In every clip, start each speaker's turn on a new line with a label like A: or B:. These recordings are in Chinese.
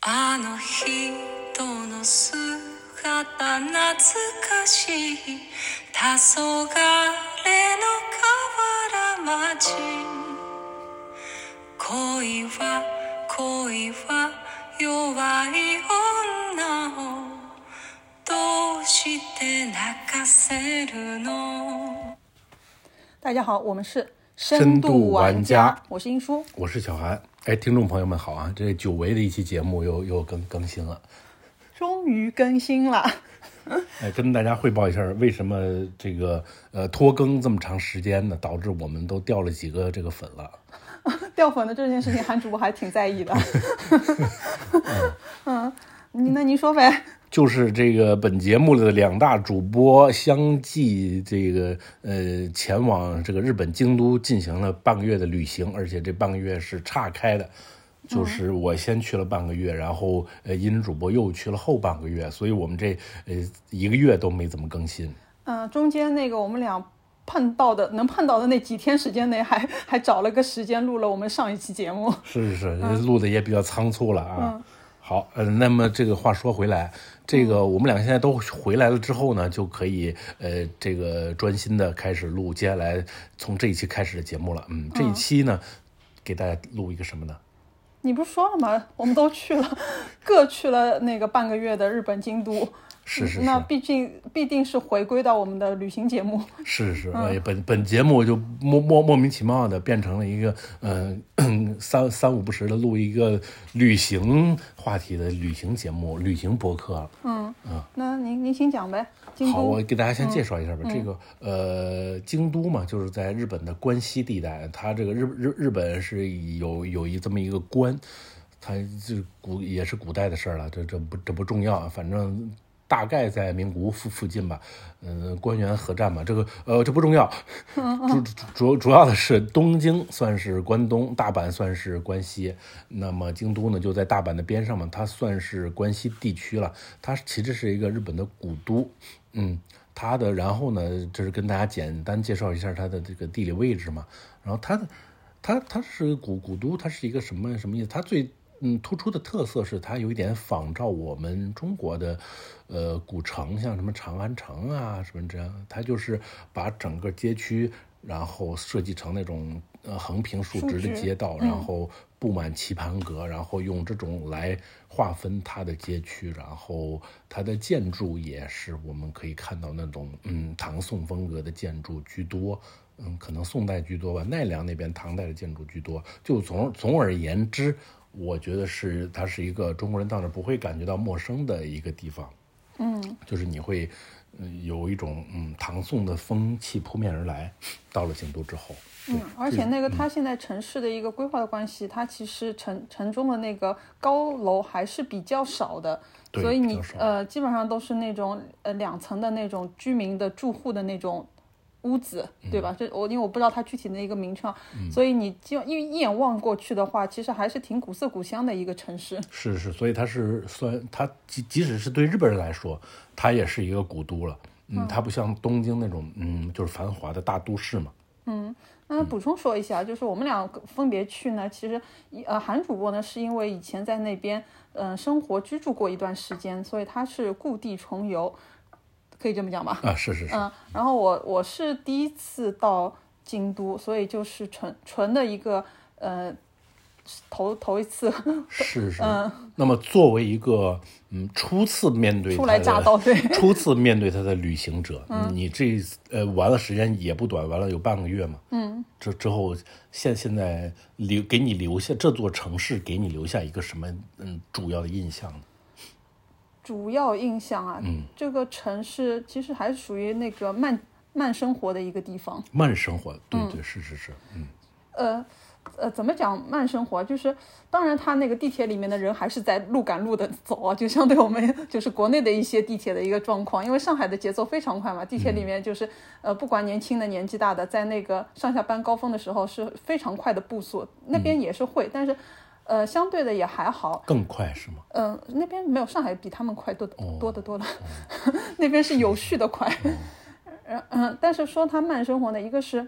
A: あの人の姿懐かしい黄昏の河原町恋は恋は弱い女をどうして泣かせるの
B: 大家好，我们是
C: 深度玩家
B: 我是英叔。
C: 我是小韩。哎，听众朋友们好啊！这久违的一期节目又又更更新了。
B: 终于更新了，
C: 哎，跟大家汇报一下，为什么这个呃拖更这么长时间呢？导致我们都掉了几个这个粉了。
B: 掉粉的这件事情，韩主播还挺在意 的。嗯，你那您说呗。
C: 就是这个本节目里的两大主播相继这个呃前往这个日本京都进行了半个月的旅行，而且这半个月是岔开的，就是我先去了半个月，然后呃殷主播又去了后半个月，所以我们这呃一个月都没怎么更新。
B: 嗯、中间那个我们俩碰到的，能碰到的那几天时间内还， 还找了个时间录了我们上一期节目。
C: 是是是，录的也比较仓促了啊。好，呃，那么这个话说回来，这个我们俩现在都回来了之后呢，就可以呃，这个专心的开始录接下来从这一期开始的节目了。嗯，这一期呢，给大家录一个什么呢？
B: 你不是说了吗？我们都去了， 各去了那个半个月的日本京都。
C: 是是是
B: 那毕竟必定是回归到我们的旅行节目。
C: 是是，哎，本本节目就莫莫莫名其妙的变成了一个呃三三五不时的录一个旅行话题的旅行节目、旅行博客了。
B: 那您您请讲呗。京
C: 好，
B: 都嗯
C: 我给大家先介绍一下吧。这个呃，京都嘛，就是在日本的关西地带，它这个日日日本是有有一这么一个关，它这古也是古代的事儿了，这这不这不重要，啊反正。大概在名古屋附附近吧，嗯、官员合战嘛，这个呃这不重 要，
B: 嗯
C: 主主主主要的是东京算是关东，大阪算是关西，那么京都呢就在大阪的边上嘛，它算是关西地区了，它其实是一个日本的古都，嗯，它的然后呢，这是跟大家简单介绍一下它的这个地理位置嘛。然后它的，它它是个古古都，它是一个什么什么意思？它最嗯突出的特色是它有一点仿照我们中国的，呃古城，像什么长安城啊什么这样，它就是把整个街区然后设计成那种呃横平竖直
B: 竖
C: 的
B: 直
C: 街道，然后布满棋盘格，然后用这种来划分它的街区，然后它的建筑也是我们可以看到那种嗯唐宋风格的建筑居多，嗯，可能宋代居多吧，奈良那边唐代的建筑居多。就总总而言之，我觉得是它是一个中国人到那儿不会感觉到陌生的一个地方。就是你会，呃有一种嗯唐宋的风气扑面而来。到了京都之后，
B: 嗯，而且那个它现在城市的一个规划的关系，它其实城城中的那个高楼还是比较少的，
C: 对
B: 所以
C: 比
B: 你
C: 较少
B: 呃基本上都是那种呃两层的那种居民的住户的那种屋子，对
C: 嗯
B: 吧？这我因为我不知道它具体的一个名称啊，所以你就因为一眼望过去的话，其实还是挺古色古香的一个城市。
C: 是是，所以它是算它即即使是对日本人来说，它也是一个古都了。嗯，它不像东京那种嗯就是繁华的大都市嘛。
B: 那补充说一下，就是我们俩分别去呢，其实一呃韩主播呢是因为以前在那边嗯、呃生活居住过一段时间，所以他是故地重游，可以这么讲吧？
C: 啊，是是是，
B: 嗯，然后我我是第一次到京都，所以就是纯纯的一个呃头头一次
C: 是是。
B: 嗯
C: 那么作为一个嗯初次面对
B: 初来
C: 它
B: 乍
C: 的
B: 到，对。嗯
C: 初次面对他的旅行者，你这呃玩了时间也不短，玩了有半个月嘛。嗯，这之后现现在留给你留下这座城市给你留下一个什么嗯主要的印象呢？
B: 主要印象啊，这个城市其实还是属于那个慢慢生活的一个地方。
C: 慢生活，对对、是是是，嗯，
B: 呃呃，怎么讲慢生活？就是当然，它那个地铁里面的人还是在路赶路的走啊，就相对我们就是国内的一些地铁的一个状况，因为上海的节奏非常快嘛，地铁里面就是、呃，不管年轻的年纪大的，在那个上下班高峰的时候是非常快的步速，那边也是会，但是呃，相对的也还好。
C: 更快是吗？
B: 嗯，那边没有上海比他们快多得多得多了， 那边是有序的快。嗯嗯，但是说它慢生活呢，一个是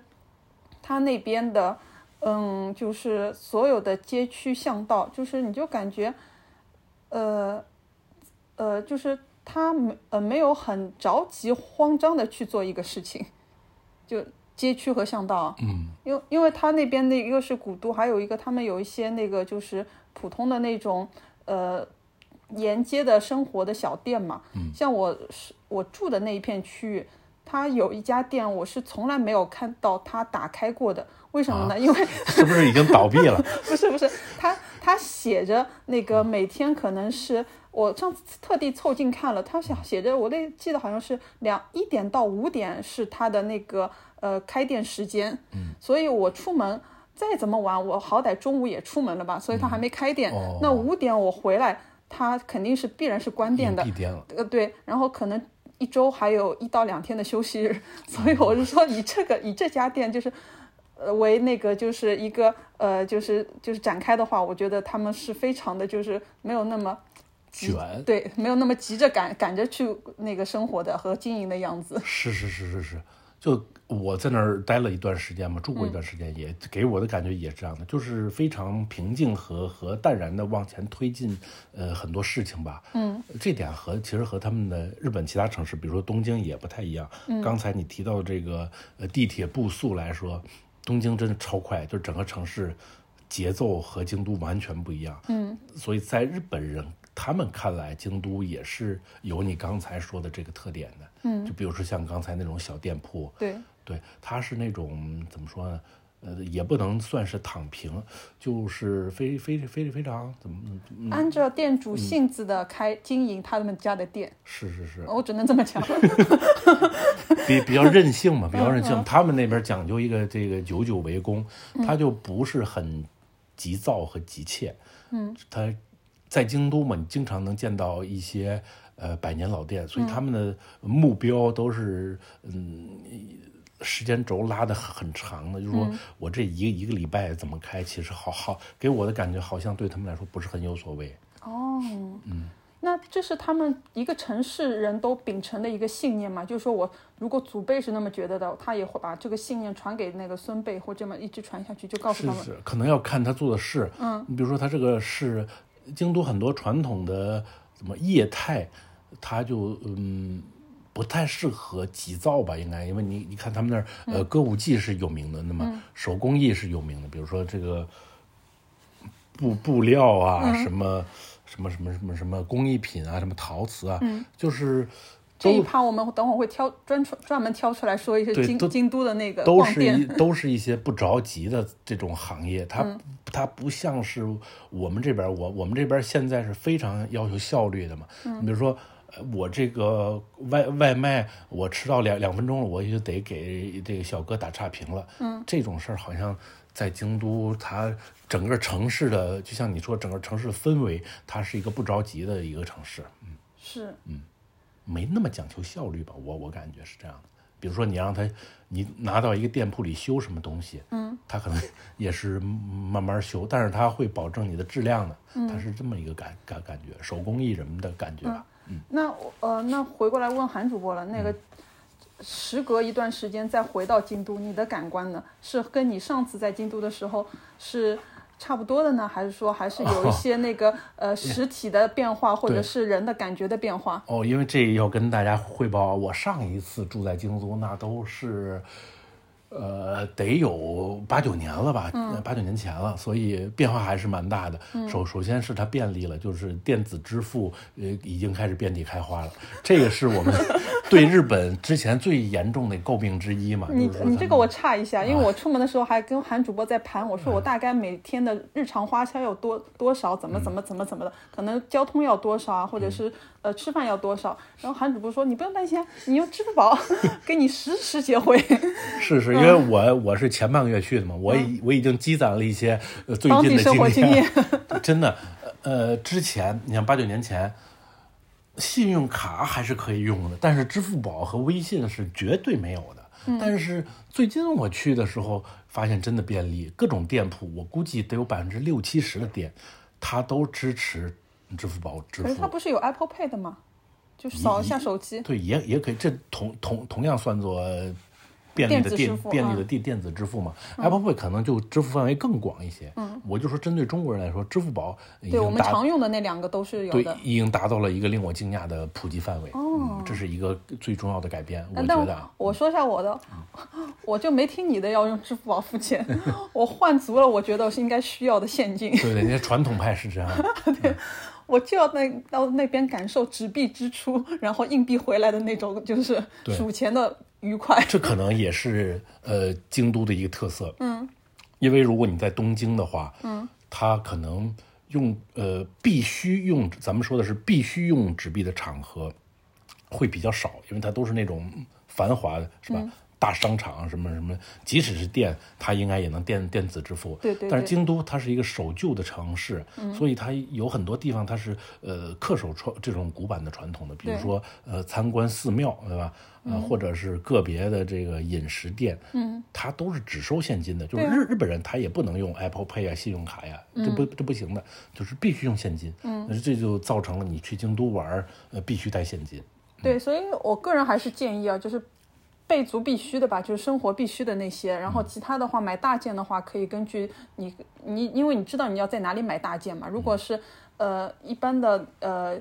B: 它那边的，嗯，就是所有的街区巷道，就是你就感觉呃呃，就是他没呃没有很着急慌张的去做一个事情，就街区和巷道，啊
C: 嗯，
B: 因为因为他那边那一个是古都，还有一个他们有一些那个就是普通的那种呃沿街的生活的小店嘛。嗯，像我是我住的那一片区域，它有一家店我是从来没有看到它打开过的，为什么呢？因为
C: 是不是已经倒闭了？
B: 不是不是，他他写着那个每天可能是我上次特地凑近看了，他写写着我那记得好像是两一点到五点是他的那个呃开店时间，嗯，所以我出门再怎么晚，我好歹中午也出门了吧，所以他还没开店，
C: 哦
B: 那五点我回来，他肯定是必然是关店的，
C: 闭店了。
B: 呃，对，然后可能一周还有一到两天的休息日， 所以我是说以这个以这家店就是，呃，为那个就是一个呃，就是就是展开的话，我觉得他们是非常的就是没有那么急
C: 卷
B: 对，没有那么急着赶赶着去那个生活的和经营的样子。
C: 是是是是是，就我在那儿待了一段时间嘛，住过一段时间，也给我的感觉也是这样的，就是非常平静和和淡然的往前推进，呃，很多事情吧。嗯，这点和其实和他们的日本其他城市，比如说东京也不太一样。刚才你提到这个呃地铁步速来说，东京真的超快，就是整个城市节奏和京都完全不一样。嗯，所以在日本人他们看来，京都也是有你刚才说的这个特点的。嗯，就比如说像刚才那种小店铺，
B: 对，
C: 对，它是那种怎么说呢？呃，也不能算是躺平，就是非非非非常怎么嗯
B: 按照店主性子的开经营他们家的店，
C: 是是是，
B: 我只能这么讲。
C: 比比较任性嘛，比较任性。他们那边讲究一个这个久久为功，他就不是很急躁和急切。嗯，他在京都嘛，你经常能见到一些呃百年老店，所以他们的目标都是嗯。时间轴拉得很很长的，就是说我这一个一个礼拜怎么开，其实好好给我的感觉好像对他们来说不是很有所谓。
B: 哦，
C: 嗯
B: 那这是他们一个城市人都秉承的一个信念嘛？就是说我如果祖辈是那么觉得的，他也会把这个信念传给那个孙辈，或这么一直传下去，就告诉
C: 是
B: 他们。
C: 是，可能要看他做的事。嗯，你比如说他这个是京都很多传统的怎么业态，他就嗯不太适合急躁吧，应该，因为你你看他们那儿呃
B: 嗯
C: 歌舞伎是有名的，那么手工艺是有名的，比如说这个布布料啊，
B: 嗯
C: 什么什么什么什么什么工艺品啊，什么陶瓷啊，就是
B: 嗯这一
C: 都
B: 趴我们等会儿会挑专出专门挑出来说一些
C: 对
B: 京
C: 都
B: 京都的那个
C: 都
B: 逛
C: 是一
B: 店。嗯
C: 都是一些不着急的这种行业，它、它不像是我们这边儿，我我们这边儿现在是非常要求效率的嘛。
B: 嗯
C: 你比如说，呃我这个外外卖我迟到两两分钟了，我就得给这个小哥打差评了。嗯，这种事儿好像在京都，它整个城市的，就像你说，整个城市的氛围，它是一个不着急的一个城市。
B: 是，
C: 没那么讲求效率吧，我我感觉是这样的。比如说你让他，你拿到一个店铺里修什么东西，嗯，他可能也是慢慢修，但是他会保证你的质量的，他是这么一个感感感觉，手工艺人的感觉吧。
B: 那我呃，那回过来问韩主播了，那个。时隔一段时间再回到京都，你的感官呢？是跟你上次在京都的时候是差不多的呢，还是说还是有一些那个、呃实体的变化，或者
C: 对
B: 是人的感觉的变化？
C: 哦，因为这要跟大家汇报，啊我上一次住在京都，那都是，呃，得有八九年了吧，
B: 嗯
C: 八九、年前了，所以变化还是蛮大的。首、首先是它便利了，就是电子支付，呃，已经开始遍地开花了。这个是我们 对日本之前最严重的诟病之一嘛。
B: 你
C: 就是说啊
B: 你
C: 他
B: 这个我岔一下，因为我出门的时候还跟韩主播在盘，我说
C: 嗯
B: 我大概每天的日常花销有多多少，怎么怎
C: 嗯
B: 么怎么怎么的，可能交通要多少啊，或者是呃吃饭要多少。然后韩主播说你不用担心，啊你用支付宝 给你实时结 汇，
C: 是
B: 嗯
C: 是，因为我我是前半个月去的嘛，我已我已经积攒了一些呃最
B: 当
C: 近
B: 地
C: 的
B: 生活经验
C: 真的，呃，之前你像八九年前，信用卡还是可以用的，但是支付宝和微信是绝对没有的。
B: 嗯
C: 但是最近我去的时候，发现真的便利，各种店铺我估计得有百分之六七十的店，它都支持支付宝支
B: 可
C: 付
B: 是。它不是有 Apple Pay 的吗？就扫一下手机。
C: 对，也也可以，这同同同样算作便利的
B: 电子
C: 电
B: 支付
C: 便利
B: 嗯
C: 的电电子支付嘛、a p p l e Pay 可能就支付范围更广一些。嗯，我就说针对中国人来说，支付宝已
B: 对我
C: 经
B: 们
C: 达
B: 常用的那两个都是有
C: 对
B: 的。
C: 已经达到了一个令我惊讶的普及范围。嗯，这是一个最重要的改变，我
B: 但
C: 觉
B: 但
C: 得啊。嗯
B: 我说一下我的， 我就没听你的要用支付宝付钱， 我换足了我觉得是应该需要的现金，
C: 对对，那些传统派是这样的，
B: 我就要那到那边感受纸币支出，然后硬币回来的那种就是
C: 对
B: 数钱的愉快。
C: 这可能也是呃京都的一个特色。嗯，因为如果你在东京的话，嗯，它可能用呃必须用，咱们说的是必须用纸币的场合会比较少，因为它都是那种繁华的，是吧？
B: 嗯
C: 大商场什么什么，即使是店，它应该也能电电子支付。
B: 对对
C: 但是
B: 对
C: 京都它是一个守旧的城市，所以它有很多地方它是呃恪守传这种古板的传统的，比如
B: 对嗯
C: 说呃参观寺庙，对吧？呃，或者是个别的这个饮食店，嗯，它都是只收现金的，就是
B: 对啊嗯
C: 日日本人他也不能用 Apple Pay 啊、信用卡呀，这不这不行的，就是必须用现金。嗯，这就造成了你去京都玩儿，呃，必须带现金。
B: 对，所以我个人还是建议啊，就是备足必须的吧，就是生活必须的那些。然后其他的话，买大件的话，可以根据你你，因为你知道你要在哪里买大件嘛。如果是呃一般的呃。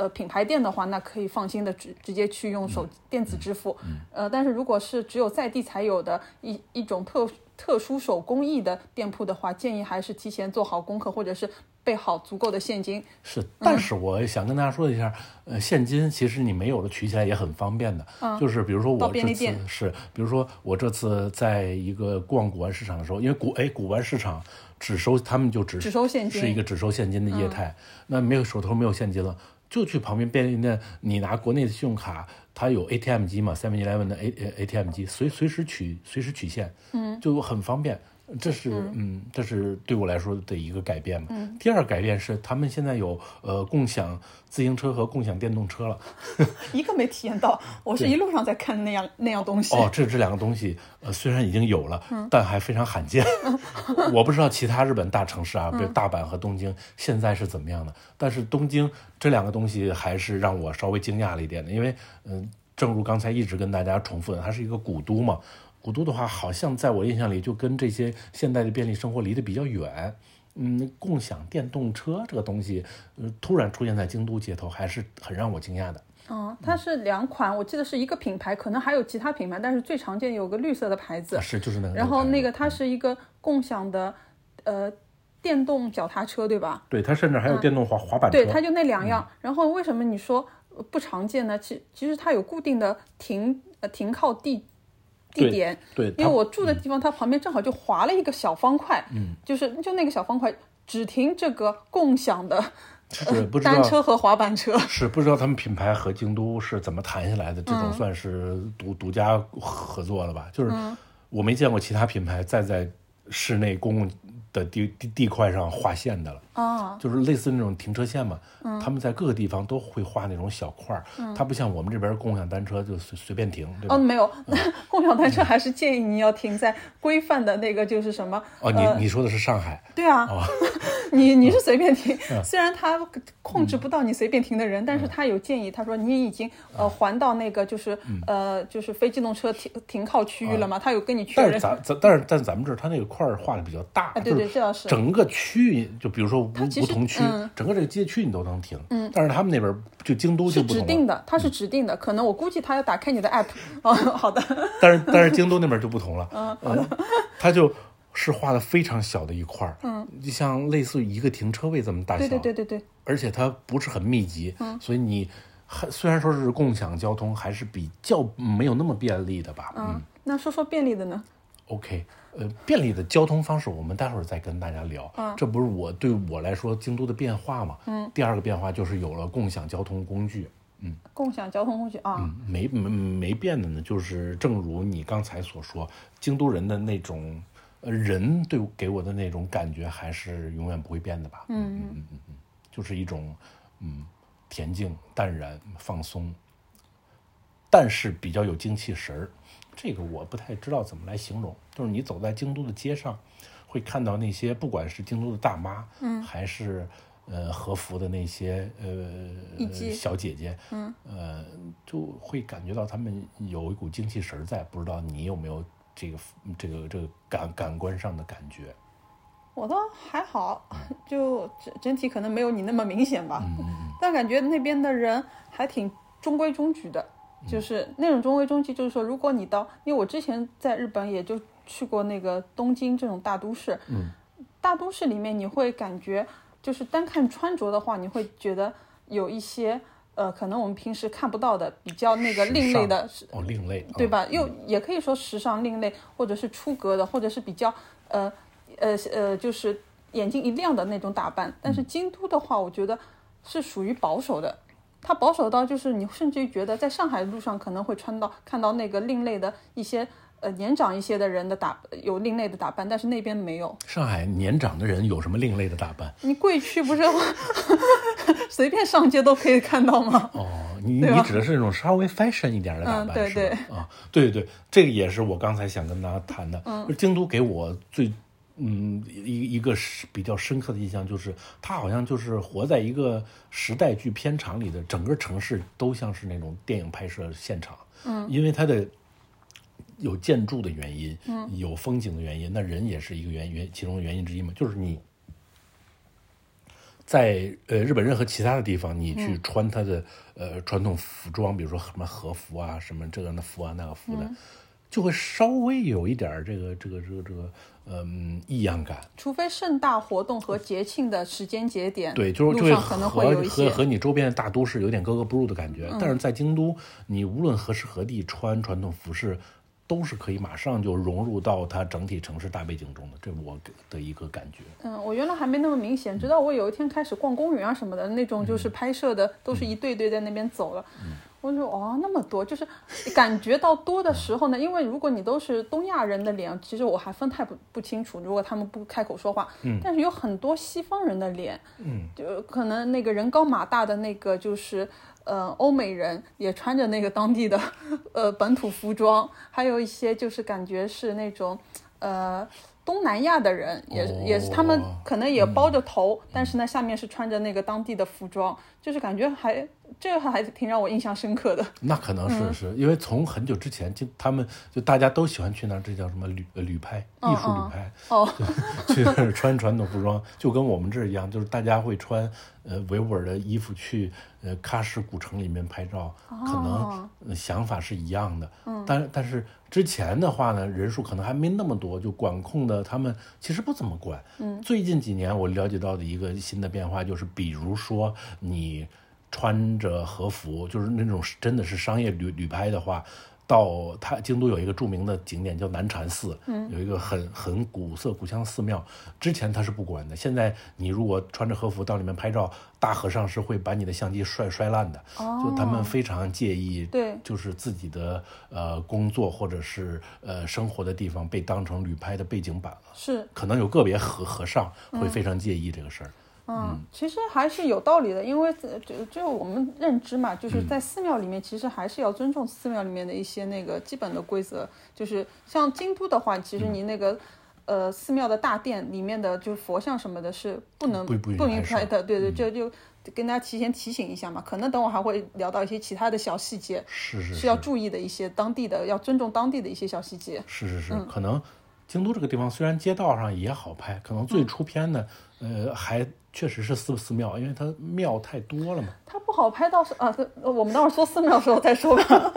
B: 呃，品牌店的话，那可以放心的直直接去用手电子支付。呃，但是如果是只有在地才有的一一种特特殊手工艺的店铺的话，建议还是提前做好功课，或者是备好足够的现金。
C: 是，但是我想跟大家说一下，呃，现金其实你没有了取起来也很方便的。就是比如说
B: 嗯到
C: 我
B: 便
C: 这
B: 利
C: 次
B: 店
C: 是，比如说我这次在一个逛古玩市场的时候，因为古哎古玩市场只收他们就只
B: 只收现金
C: 是一个只收现金的业态，那没有手头没有现金了。就去旁边便利店，你拿国内的信用卡，它有 ATM 机嘛，Seven Eleven 的 A 呃 A T M 机，随随时取随时取现，嗯，就很方便。这是嗯，这是对我来说的一个改变嘛。第二改变是，他们现在有呃共享自行车和共享电动车了。
B: 一个没体验到，我是一路上在看那样那样东西。
C: 哦，这这两个东西，呃，虽然已经有了，但还非常 罕见。我不知道其他日本大城市
B: 嗯
C: 啊，比如大阪和东京现在是怎么样的，但是东京这两个东西还是让我稍微惊讶了一点的，因为嗯、正如刚才一直跟大家重复的，它是一个古都嘛。古都的话，好像在我印象里就跟这些现代的便利生活离得比较远。嗯，共享电动车这个东西，呃，突然出现在京都街头，还是很让我惊讶的。
B: 嗯，它是两款，我记得是一个品牌，可能还有其他品牌，但是最常见有个绿色的牌子。
C: 是，就是那个。
B: 然后
C: 个牌
B: 那
C: 子
B: 个它是一个共享的，呃，电动脚踏车，对吧？
C: 对，它甚至还有电动滑、滑板
B: 嗯
C: 车。嗯
B: 对，它就那两样。然后为什么你说呃不常见呢？其其实它有固定的停呃停靠地地
C: 对
B: 点，
C: 对，
B: 因为
C: 它嗯
B: 我住的地方，它旁边正好就划了一个小方块，嗯，就是就那个小方块只停这个共享的
C: 是不知道
B: 单车和滑板车。
C: 是不知道他们品牌和京都是怎么谈下来的，这
B: 嗯
C: 种算是独、独家合作了吧？就是
B: 嗯
C: 我没见过其他品牌再在室内公共的地地地块上划线的了。
B: 啊，
C: 就是类似那种停车线嘛，
B: 嗯
C: 他们在各个地方都会画那种小块儿，它不像我们这边共享单车就随随便停，对吧？嗯
B: 哦，没有， 共享单车还是建议你要停在规范的那个，就是什么？
C: 哦，你、你说的是上海，
B: 对啊， 你你是随便停，
C: 嗯
B: 虽然他控制不到你随便停的人，但是他有建议，他说你已经
C: 嗯
B: 呃还到那个就是呃就是非机动车停停靠区域了嘛，他有跟你确
C: 哦但是
B: 认。
C: 咱咱但是但咱们这儿它那个块儿画的比较大，
B: 哎对对
C: 就
B: 这倒是
C: 整个区域，就比如说梧
B: 其
C: 梧
B: 实
C: 桐区
B: 嗯，
C: 整个这个街区你都能停，嗯，但是他们那边儿就京都就是不嗯
B: 指
C: 同
B: 定
C: 了，
B: 的，它是指定的，可能我估计他要打开你的
C: 嗯
B: app。哦，好的，
C: 但是但是京都那边儿就不同了，嗯，它就是画的非常小的一块儿，嗯，就像类似于一个停车位这么大小，
B: 对对对嗯对对，
C: 而且它不是很密集，所以你还虽然说是共享交通，还是比较没有那么便利的吧，嗯
B: 嗯，那说说便利的呢？
C: OK，呃，便利的交通方式，我们待会儿再跟大家聊。这不是我对我来说京都的变化嘛？嗯，第二个变化就是有了共享交通工具。
B: 共享交通工具啊，
C: 没没没变的呢，就是正如你刚才所说，京都人的那种呃人对我给我的那种感觉，还是永远不会变的吧？嗯嗯嗯嗯嗯，就是一种嗯恬静、淡然、放松，但是比较有精气神儿。这个我不太知道怎么来形容，就是你走在京都的街上，会看到那些不管是京都的大妈，嗯，还是呃和服的那些
B: 艺
C: 呃
B: 妓
C: 小姐姐，嗯，呃，就会感觉到她们有一股精气神儿在，不知道你有没有这个这个这个感感官上的感觉？
B: 我倒还好，就整整体可能没有你那么明显
C: 嗯
B: 吧，但感觉那边的人还挺中规中矩的，
C: 嗯
B: 就是那种中规中矩，就是说，如果你到，因为我之前在日本也就去过那个东京这种大都市，
C: 嗯
B: 大都市里面你会感觉，就是单看穿着的话，你会觉得有一些呃，可能我们平时看不到的比较那个
C: 时
B: 另类
C: 尚
B: 的，
C: 哦，另类，
B: 对
C: 嗯
B: 吧？又也可以说时尚另类，或者是出格的，或者是比较呃呃呃，就是眼睛一亮的那种打扮。但
C: 嗯
B: 是京都的话，我觉得是属于保守的，它保守到就是你甚至于觉得在上海路上可能会穿到看到那个另类的一些呃年长一些的人的打有另类的打扮，但是那边没有。
C: 上海年长的人有什么另类的打扮？
B: 你贵区不是 随便上街都可以看到吗？
C: 哦，你
B: 对吧
C: 你指的是那种稍微 fashion 一点的打扮，
B: 嗯对
C: 是吧？啊，对对，这个也是我刚才想跟大家谈的。就是京都给我最嗯一一个是比较深刻的印象就是，它好像就是活在一个时代剧片场里的，整个城市都像是那种电影拍摄现场。嗯，因为它的有建筑的原因，嗯，有风景的原因，那人也是一个原原其中的原因之一嘛，就是你在呃日本任何其他的地方，你
B: 嗯
C: 去穿它的、呃传统服装，比如说什么和服啊，什么这个那服啊那个服的，
B: 嗯
C: 就会稍微有一点儿这个这个这个这个嗯异样感。
B: 除非盛大活动和节庆的时间节点，
C: 对，就是就
B: 路
C: 会
B: 上可能会
C: 和
B: 有一
C: 和
B: 些嗯
C: 和你周边的大都市有点格格不入的感觉。但是在京都，你无论何时何地穿传统服饰，都是可以马上就融入到它整体城市大背景中的，这我的一个感觉。
B: 嗯，我原来还没那么明显，直到我有一天开始逛公园啊什么的，那种就是拍摄的，都是一队队在那边走了。我就哦，那么多，就是感觉到多的时候呢，因为如果你都是东亚人的脸，其实我还分太不不清楚，如果他们不开口说话，但是有很多西方人的脸，
C: 嗯，
B: 就可能那个人高马大的那个就是。呃，欧美人也穿着那个当地的 呃本土服装，还有一些就是感觉是那种呃东南亚的人，也、也是他们
C: 哦嗯
B: 可能也包着头，但是呢下面是穿着那个当地的服装，就是感觉还这个还挺让我印象深刻 的。
C: 那可能是是因为从很久之前就他们就大家都喜欢去那儿，这叫什么旅呃旅拍，艺术旅拍，
B: 哦，
C: 去那儿穿传统服装，就跟我们这儿一样，就是大家会穿呃维吾尔的衣服去呃喀什古城里面拍照，可能、呃想法是一样的。但但是之前的话呢，人数可能还没那么多，就管控的他们其实不怎么管。嗯，最近几年我了解到的一个新的变化就是，比如说你穿着和服，就是那种真的是商业旅旅拍的话。到它京都有一个著名的景点叫南禅寺，有一个很很古色古香寺庙。之前它是不管的，现在你如果穿着和服到里面拍照，大和尚是会把你的相机摔摔烂的。就他们非常介意，
B: 对
C: 就是自己的呃工作或者是呃生活的地方被当成旅拍的背景板了。
B: 是，
C: 可能有个别和和尚会非常介意这个事儿。
B: 嗯，其实还是有道理的，因为呃就就我们认知嘛，就是
C: 嗯
B: 在寺庙里面，其实还是要尊重寺庙里面的一些那个基本的规则。就是像京都的话，
C: 嗯
B: 其实你那个、呃寺庙的大殿里面的就是佛像什么的，是不能
C: 不不允
B: 不允
C: 拍摄嗯
B: 的。对对，这就跟大家提前提醒一下嘛。可能等会儿还会聊到一些其他的小细节，
C: 是是
B: 是要注意的一些当地的，要尊重当地的一些小细节。
C: 是是是，可能京都这个地方虽然街道上也好拍，可能最
B: 嗯
C: 出片的，呃，还确实是寺寺庙，因为它庙太多 了嘛。
B: 它不好拍到是啊，这呃我们待会儿说寺庙的时候再说吧。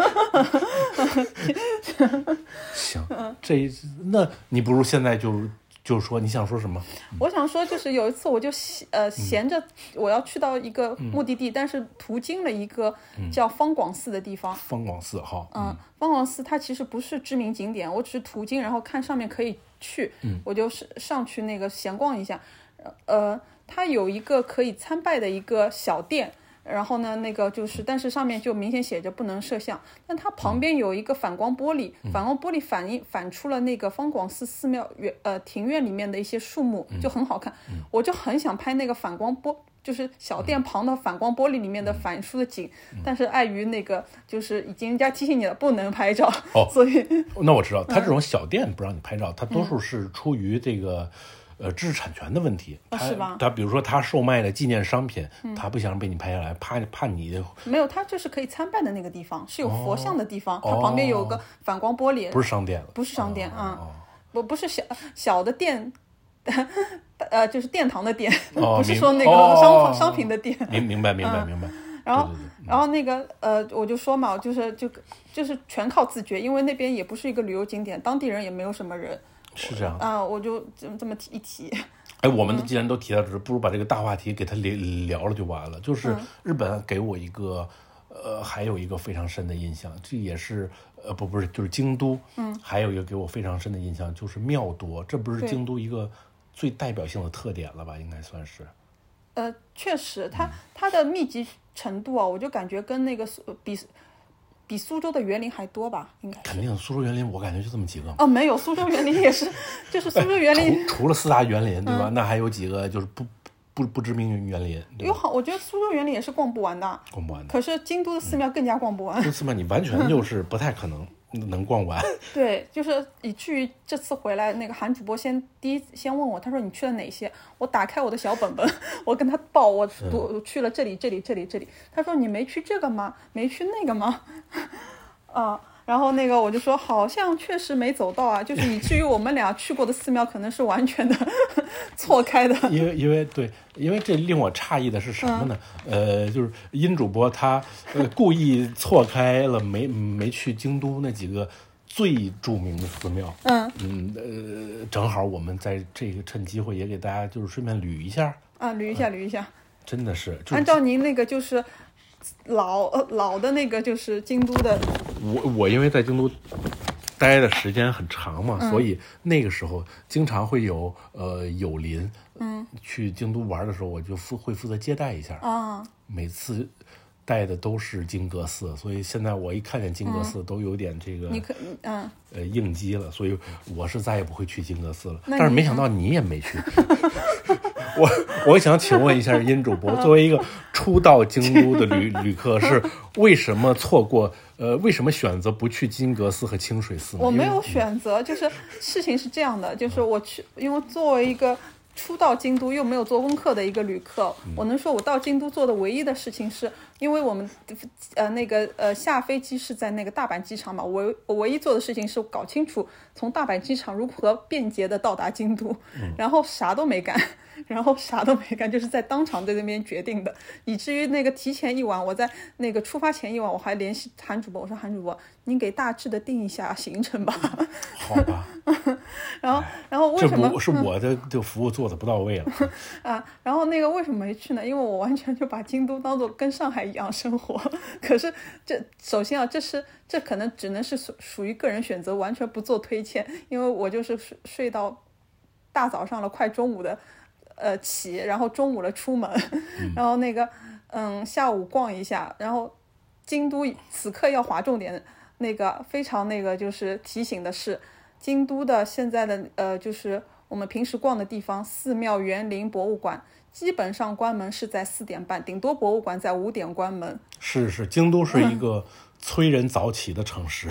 C: 行，
B: 嗯
C: 这一那你不如现在就就说你想说什么？
B: 我想说，就是有一次我就闲呃闲着，我要去到一个目的地，但是途经了一个叫方广寺的地方。
C: 方广寺哈，
B: 嗯，方广寺它其实不是知名景点，我只是途经，然后看上面可以去，我就是上去那个闲逛一下。呃，它有一个可以参拜的一个小店。然后呢，那个就是，但是上面就明显写着不能摄像，但它旁边有一个反光玻璃，
C: 嗯
B: 反光玻璃反映反出了那个方广寺寺庙园呃庭院里面的一些树木，
C: 嗯
B: 就很好看。我就很想拍那个反光玻，就是小
C: 嗯
B: 店旁的反光玻璃里面的反出的景，但是碍于那个就是已经人家提醒你了，不能拍照，
C: 哦
B: 所以嗯
C: 那我知道，它这种小店不让你拍照，它多数是出于这个。呃知识产权的问题，
B: 哦
C: 他
B: 是吧嗯
C: 他比如说他售卖了纪念商品，他不想被你拍下来，怕怕你
B: 没有，它就是可以参拜的那个地方，是有佛像的地方，它
C: 哦
B: 旁边有个反光玻璃，
C: 不是哦商店了，
B: 不是商店啊，不不是小小的店， 呃，就是殿堂的殿，
C: 哦
B: 不是
C: 明
B: 说那个
C: 哦
B: 商、
C: 哦哦
B: 商品的店。
C: 明明白明
B: 嗯
C: 白明白，
B: 然后
C: 对嗯对对，
B: 然后那个呃，我就说嘛，就是就就是全靠自觉，因为那边也不是一个旅游景点，当地人也没有什么人
C: 是这样。
B: 啊、我就这么这么提一提。
C: 哎，我
B: 嗯
C: 们既然都提到这，不如把这个大话题给他聊聊了就完了。就是
B: 嗯
C: 日本给我一个，呃，还有一个非常深的印象，这也是呃不不是就是京都，嗯，还有一个给我非常深的印象就是庙多，这不是
B: 对
C: 京都一个最代表性的特点了吧？应该算是。
B: 呃，确实，它
C: 嗯
B: 它的密集程度啊，我就感觉跟那个苏比比苏州的园林还多吧，应该。
C: 肯定苏州园林，我感觉就这么几个嘛。
B: 哦，没有，苏州园林也是， 就是苏州园林嗯
C: 除除了四大园林，对吧？那还有几个就是不不不知名园林，对
B: 有
C: 吧？
B: 好，我觉得苏州园林也是逛不完的，
C: 逛不完的。
B: 可是京都的寺庙更加逛不完。
C: 这次嘛，你完全就是不太可能能逛完。
B: 对，就是以至于这次回来，那个韩主播先第一先问我，他说你去了哪些？我打开我的小本本， 我跟他报我我我去了这里这里这里这里。他说你没去这个吗？没去那个吗？ 啊，然后那个我就说好像确实没走到啊，就是以至于我们俩去过的寺庙可能是完全的 错开的。
C: 因为因为对，因为这令我诧异的是什么呢？
B: 嗯
C: 呃，就是殷主播他呃故意错开了没没去京都那几个最著名的寺庙。
B: 嗯
C: 嗯呃，正好我们在这个趁机会也给大家就是顺便捋一下，
B: 啊，捋一下捋一下，
C: 真的是就
B: 按照您那个就是老呃老的那个就是京都的
C: 我我因为在京都待的时间很长嘛，
B: 嗯
C: 所以那个时候经常会有呃友邻，嗯，去京都玩的时候，我就负会负责接待一下
B: 啊，
C: 每次带的都是金阁寺，所以现在我一看见金阁寺都有点这个、
B: 嗯你可嗯。
C: 呃应激了，所以我是再也不会去金阁寺了。
B: 那
C: 但是
B: 你
C: 没想到你也没去。 我我想请问一下殷主播，作为一个初到京都的旅旅客，是为什么错过？呃，为什么选择不去金阁寺和清水寺呢？
B: 我
C: 因为嗯
B: 没有选择，就是事情是这样的，就是我去，因为作为一个初到京都又没有做功课的一个旅客，
C: 嗯
B: 我能说我到京都做的唯一的事情是，因为我们呃那个呃下飞机是在那个大阪机场嘛，我唯我唯一做的事情是搞清楚从大阪机场如何便捷的到达京都，
C: 嗯
B: 然后啥都没干。 然后啥都没干，就是在当场在那边决定的，以至于那个提前一晚，我在那个出发前一晚，我还联系韩主播，我说韩主播，您给大致的定一下行程吧。
C: 好吧，
B: 然后，然后 为
C: 这
B: 什么嗯
C: 不是我的这个服务做的不到位了。
B: 啊？然后那个为什么没去呢？因为我完全就把京都当做跟上海一样生活。 可是这首先啊，这是这可能只能是属属于个人选择，完全不做推荐，因为我就是睡睡到大早上了，快中午的呃起，然后中午了出门， 然后那个嗯下午逛一下，然后京都此刻要划重点，那个非常那个就是提醒的是，京都的现在的呃就是我们平时逛的地方，寺庙、园林、博物馆，基本上关门是在四点半，顶多博物馆在五点关门。
C: 是是，京都是
B: 嗯
C: 一个催人早起的城市。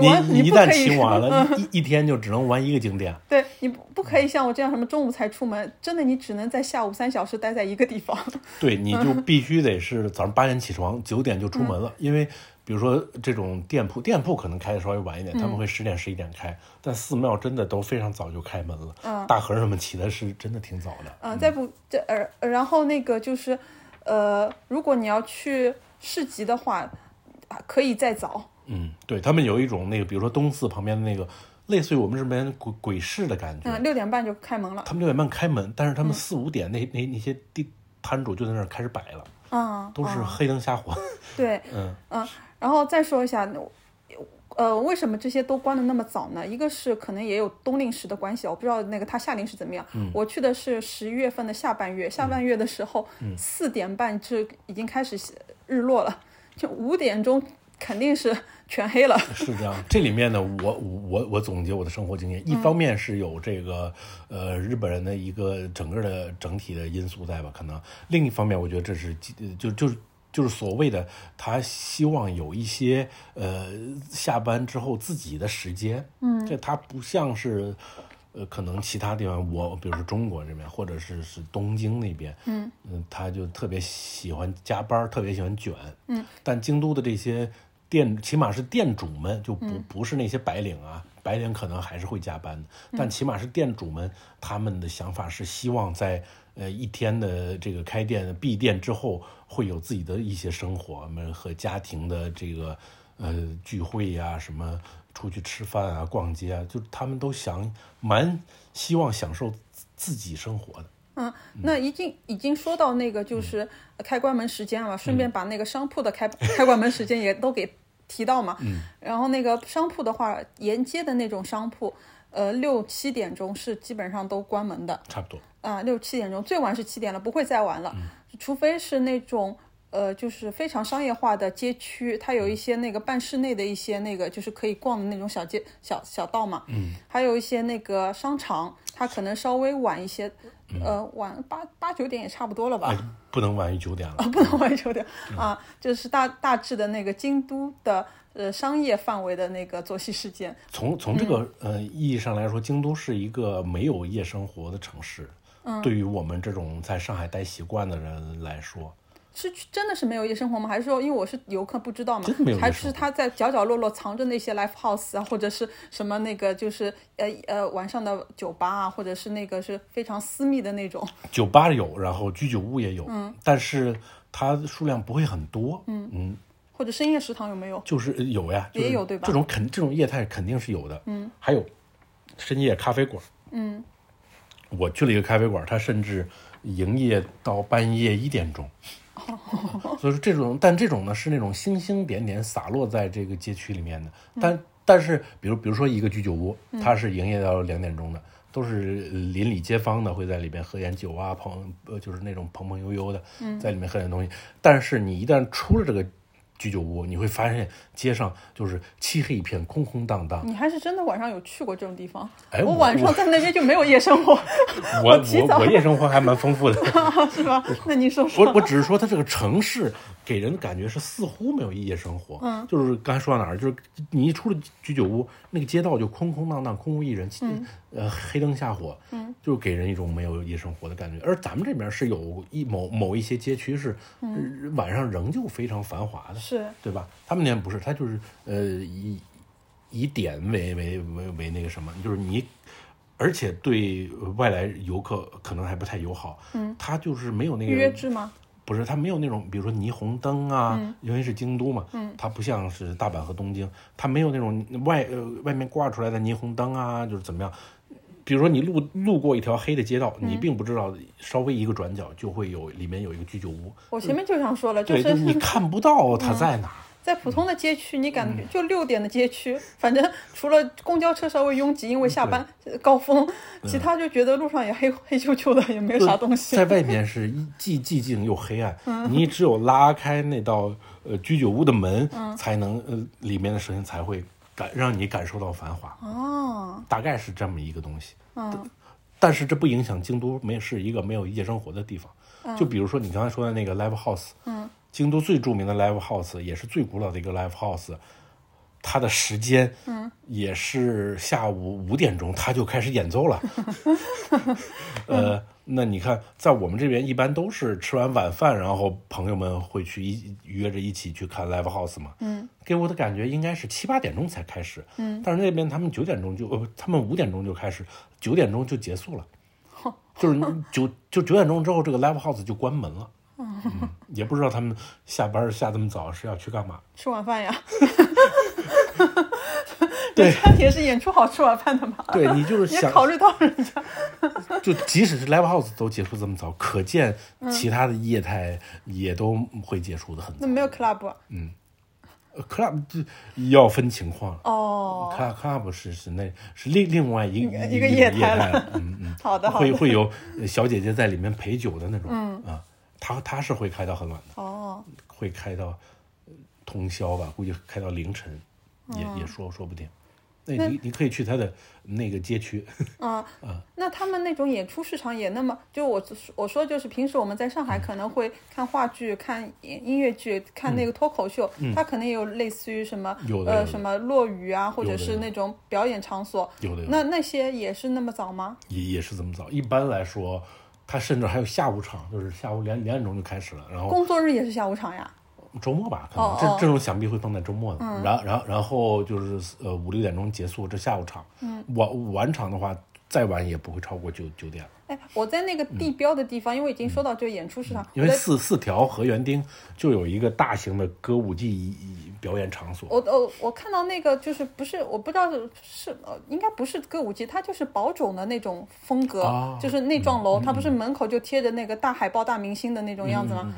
B: 你
C: 为 你
B: 玩
C: 你一
B: 不可
C: 旦
B: 以嗯
C: 起晚了，一一天就只能玩一个景点。
B: 对你不不可以像我这样什么中午才出门，真的你只能在下午三小时待在一个地方。
C: 对，你就必须得是早上八点起床，九点就出门了，因为比如说这种店铺，店铺可能开的稍微晚一点，他们会十点十一点开，但寺庙真的都非常早就开门了。大和尚们起的是真的挺早的。
B: 嗯，再不这呃，然后那个就是，呃，如果你要去市集的话，啊可以再早。
C: 嗯，对他们有一种那个，比如说东寺旁边的那个，类似于我们这边鬼鬼市的感觉。
B: 嗯，六点半就开门了。
C: 他们六点半开门，但是他们四五点那、那那些地摊主就在那儿开始摆了，
B: 啊、
C: 都是黑灯瞎火。
B: 对，
C: 嗯，
B: 嗯，然后再说一下，呃，为什么这些都关的那么早呢？一个是可能也有冬令时的关系，我不知道那个它夏令时怎么样。
C: 嗯
B: 我去的是十一月份的下半月，下半月的时候
C: 嗯
B: 四、点半就已经开始日落了，就五点钟肯定是全黑了。
C: 是这样，这里面呢，我我我总结我的生活经验，一方面是有这个呃日本人的一个整个的整体的因素在吧，可能另一方面，我觉得这是就就就是所谓的他希望有一些呃下班之后自己的时间，嗯，这他不像是呃，可能其他地方我，比如说中国这边，或者是是东京那边，嗯他就特别喜欢加班，特别喜欢卷，嗯，但京都的这些店，起码是店主们，就不、不是那些白领啊，白领可能还是会加班的，但起码是店主们，他们的想法是希望在呃一天的这个开店闭店之后，会有自己的一些生活，们和家庭的这个呃聚会呀、什么出去吃饭啊、逛街啊，就他们都想蛮希望享受自自己生活的。
B: 嗯，那已经已经说到那个就是呃开关门时间了，顺便把那个商铺的开开关门时间也都给提到嘛。嗯，然后那个商铺的话，沿街的那种商铺，呃，六七点钟是基本上都关门的。
C: 差不多，
B: 啊，六七点钟，最晚是七点了，不会再晚了，除非是那种。呃，就是非常商业化的街区，它有一些那个半室内的一些那个，就是可以逛的那种小街、小小道嘛。嗯。还有一些那个商场，它可能稍微晚一些，呃，晚八八九点也差不多了吧。
C: 哎，不能晚于九点了。
B: 不能完全的啊，就是大大致的那个京都的呃商业范围的那个作息时间。
C: 从从这个、
B: 嗯
C: 呃意义上来说，京都是一个没有夜生活的城市。
B: 嗯
C: 对于我们这种在上海待习惯的人来说，
B: 是去真的是没有夜生活吗？还是说因为我是游客不知道嘛
C: 真的没有？夜
B: 还
C: 生
B: 是
C: 活
B: 他在角角落落藏着那些 live house 啊，或者是什么那个就是呃呃晚上的酒吧啊，或者是那个是非常私密的那种。
C: 酒吧有，然后居酒屋也有，
B: 嗯
C: 但是它数量不会很多。嗯
B: 或者深夜食堂有没有？
C: 就是呃有呀，就是
B: 也有对吧
C: 这种肯这种业态肯定是有的。嗯，还有深夜咖啡馆。嗯，我去了一个咖啡馆，它甚至营业到半夜一点钟。 所以说这种，但这种呢是那种星星点点洒落在这个街区里面的，但、但是比如比如说一个居酒屋，它是营业到两点钟的，都是邻里街坊的会在里面喝点酒啊，朋呃就是那种朋朋友友的，在里面喝点东西。但是你一旦出了这个居酒屋，你会发现街上就是漆黑一片，空空荡荡。
B: 你还是真的晚上有去过这种地方？
C: 哎
B: 我
C: 我
B: 晚上
C: 我
B: 在那边就没有夜生活，
C: 我
B: 起早
C: 我我夜生活还蛮丰富的。
B: 是吧？那你说说
C: 我我只是说，它这个城市给人的感觉是似乎没有夜生活，嗯，就是刚才说到哪儿，就是你一出了居酒屋，那个街道就空空荡荡、空无一人，嗯、呃，黑灯瞎火，嗯，就是给人一种没有夜生活的感觉。而咱们这边是有一某某一些街区是、呃晚上仍旧非常繁华的，
B: 是
C: 对吧？他们那边不是，他就是呃以以点为为为为那个什么，就是你，而且对外来游客可能还不太友好，嗯，他就是没有那
B: 预
C: 个
B: 约制吗？
C: 不是，它没有那种，比如说霓虹灯啊，因为是京都嘛，它不像是大阪和东京，它没有那种外呃外面挂出来的霓虹灯啊，就是怎么样。比如说你路路过一条黑的街道，你并不知道，稍微一个转角就会有里面有一个居酒屋，
B: 我前面就想说了，就
C: 对，就是 是你看不到它在哪儿。
B: 在普通的街区，你感
C: 嗯
B: 觉就六点的街区，反正除了公交车稍微拥挤，因
C: 嗯
B: 为下班呃高峰，其他就觉得路上也黑黑黢黢的，也没有啥东西嗯
C: 在。外面是一既寂静又黑暗，你只有拉开那道呃居酒屋的门，
B: 嗯
C: 才能呃里面的声音才会感让你感受到繁华。
B: 哦，
C: 大概是这么一个东西。嗯，但是这不影响京都没是一个没有夜生活的地方。
B: 嗯
C: 就比如说你刚才说的那个 live house，嗯，京都最著名的 live house 也是最古老的一个 live house，它的时间，嗯，也是下午五点钟，它就开始演奏 了。呃，那你看，在我们这边一般都是吃完晚饭，然后朋友们会去一约着一起去看 live house 嘛。嗯，给我的感觉应该是七八点钟才开始。嗯，但是那边他们九点钟就，呃，他们五点钟就开始，九点钟就结 束了。
B: 哦
C: 就是你九就九点钟之后，这个 live house 就关门了。
B: 哦
C: 嗯，也不知道他们下班儿下这么早是要去干嘛。
B: 吃晚饭 呀，
C: 对
B: 他也是演出好吃晚饭的嘛，
C: 对你就是
B: 也
C: 想
B: 考虑到人家。
C: 就即使是 live house 都结束这么早，可见其他的业态也都会结束的很早
B: 那。没有 club 啊
C: 呃 club 这要分情况了。
B: 哦，
C: club club 是是那是另另外一
B: 个
C: 一
B: 一个业
C: 业
B: 态了
C: 了，嗯嗯，
B: 好的 好
C: 会
B: 的。
C: 会有呃小姐姐在里面陪酒的那种，嗯啊，她她是会开到很晚的，
B: 哦，
C: 会
B: 哦
C: 开到呃通宵吧，估计开到凌晨，也也说说不定。那你你可以去他的那个街区，
B: 啊那他们那种演出市场也那么，就我我说就是平时我们在上海可能会看话剧、看音乐剧、看那个脱口秀，它可能也有类似于什么
C: 嗯有的有
B: 呃
C: 的
B: 什么落雨啊，或
C: 有
B: 者
C: 的
B: 是
C: 有的
B: 那种表演场所。
C: 有的有的
B: 那那些也是那么早吗？
C: 也也是这么早。一般来说，他甚至还有下午场，就是下午两两点钟就开始了，然后
B: 工作日也是下午场呀？
C: 周末吧，可能
B: 哦
C: 这
B: 哦嗯
C: 这种想必会放在周末的。然然然后就是呃五六点钟结束这下午场，
B: 嗯
C: 晚晚场的话再晚也不会超过九九点了，
B: 哎，我在那个地标的地方，因为已经说到这个演出市场，
C: 嗯因
B: 我
C: 为
B: 在
C: 四四条河园町就有一个大型的歌舞伎表演场所。
B: 我我我看到那个就是不是我不知道是是呃应该不是歌舞伎，它就是宝冢的那种风格，
C: 啊
B: 就是那幢楼，它不是门口就贴着那个大海报、大明星的那种样子吗？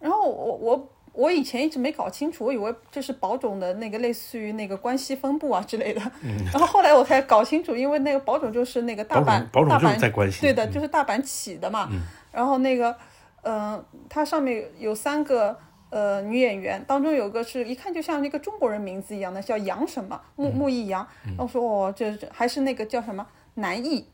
B: 然后我我我以前一直没搞清楚，我以为这是宝冢的那个类似于那个关西分部啊之类的，
C: 嗯
B: 然后后来我才搞清楚，因为那个宝冢就是那个大
C: 宝冢
B: 阪
C: 宝冢
B: 大
C: 就是
B: 阪
C: 在关西嗯
B: 对的，就是大阪起的嘛，然后那个。嗯，它上面有三个呃女演员，当中有个是一看就像一个中国人名字一样的，叫杨什么木
C: 嗯
B: 木易杨。然后说哦，这这还是那个叫什么南艺，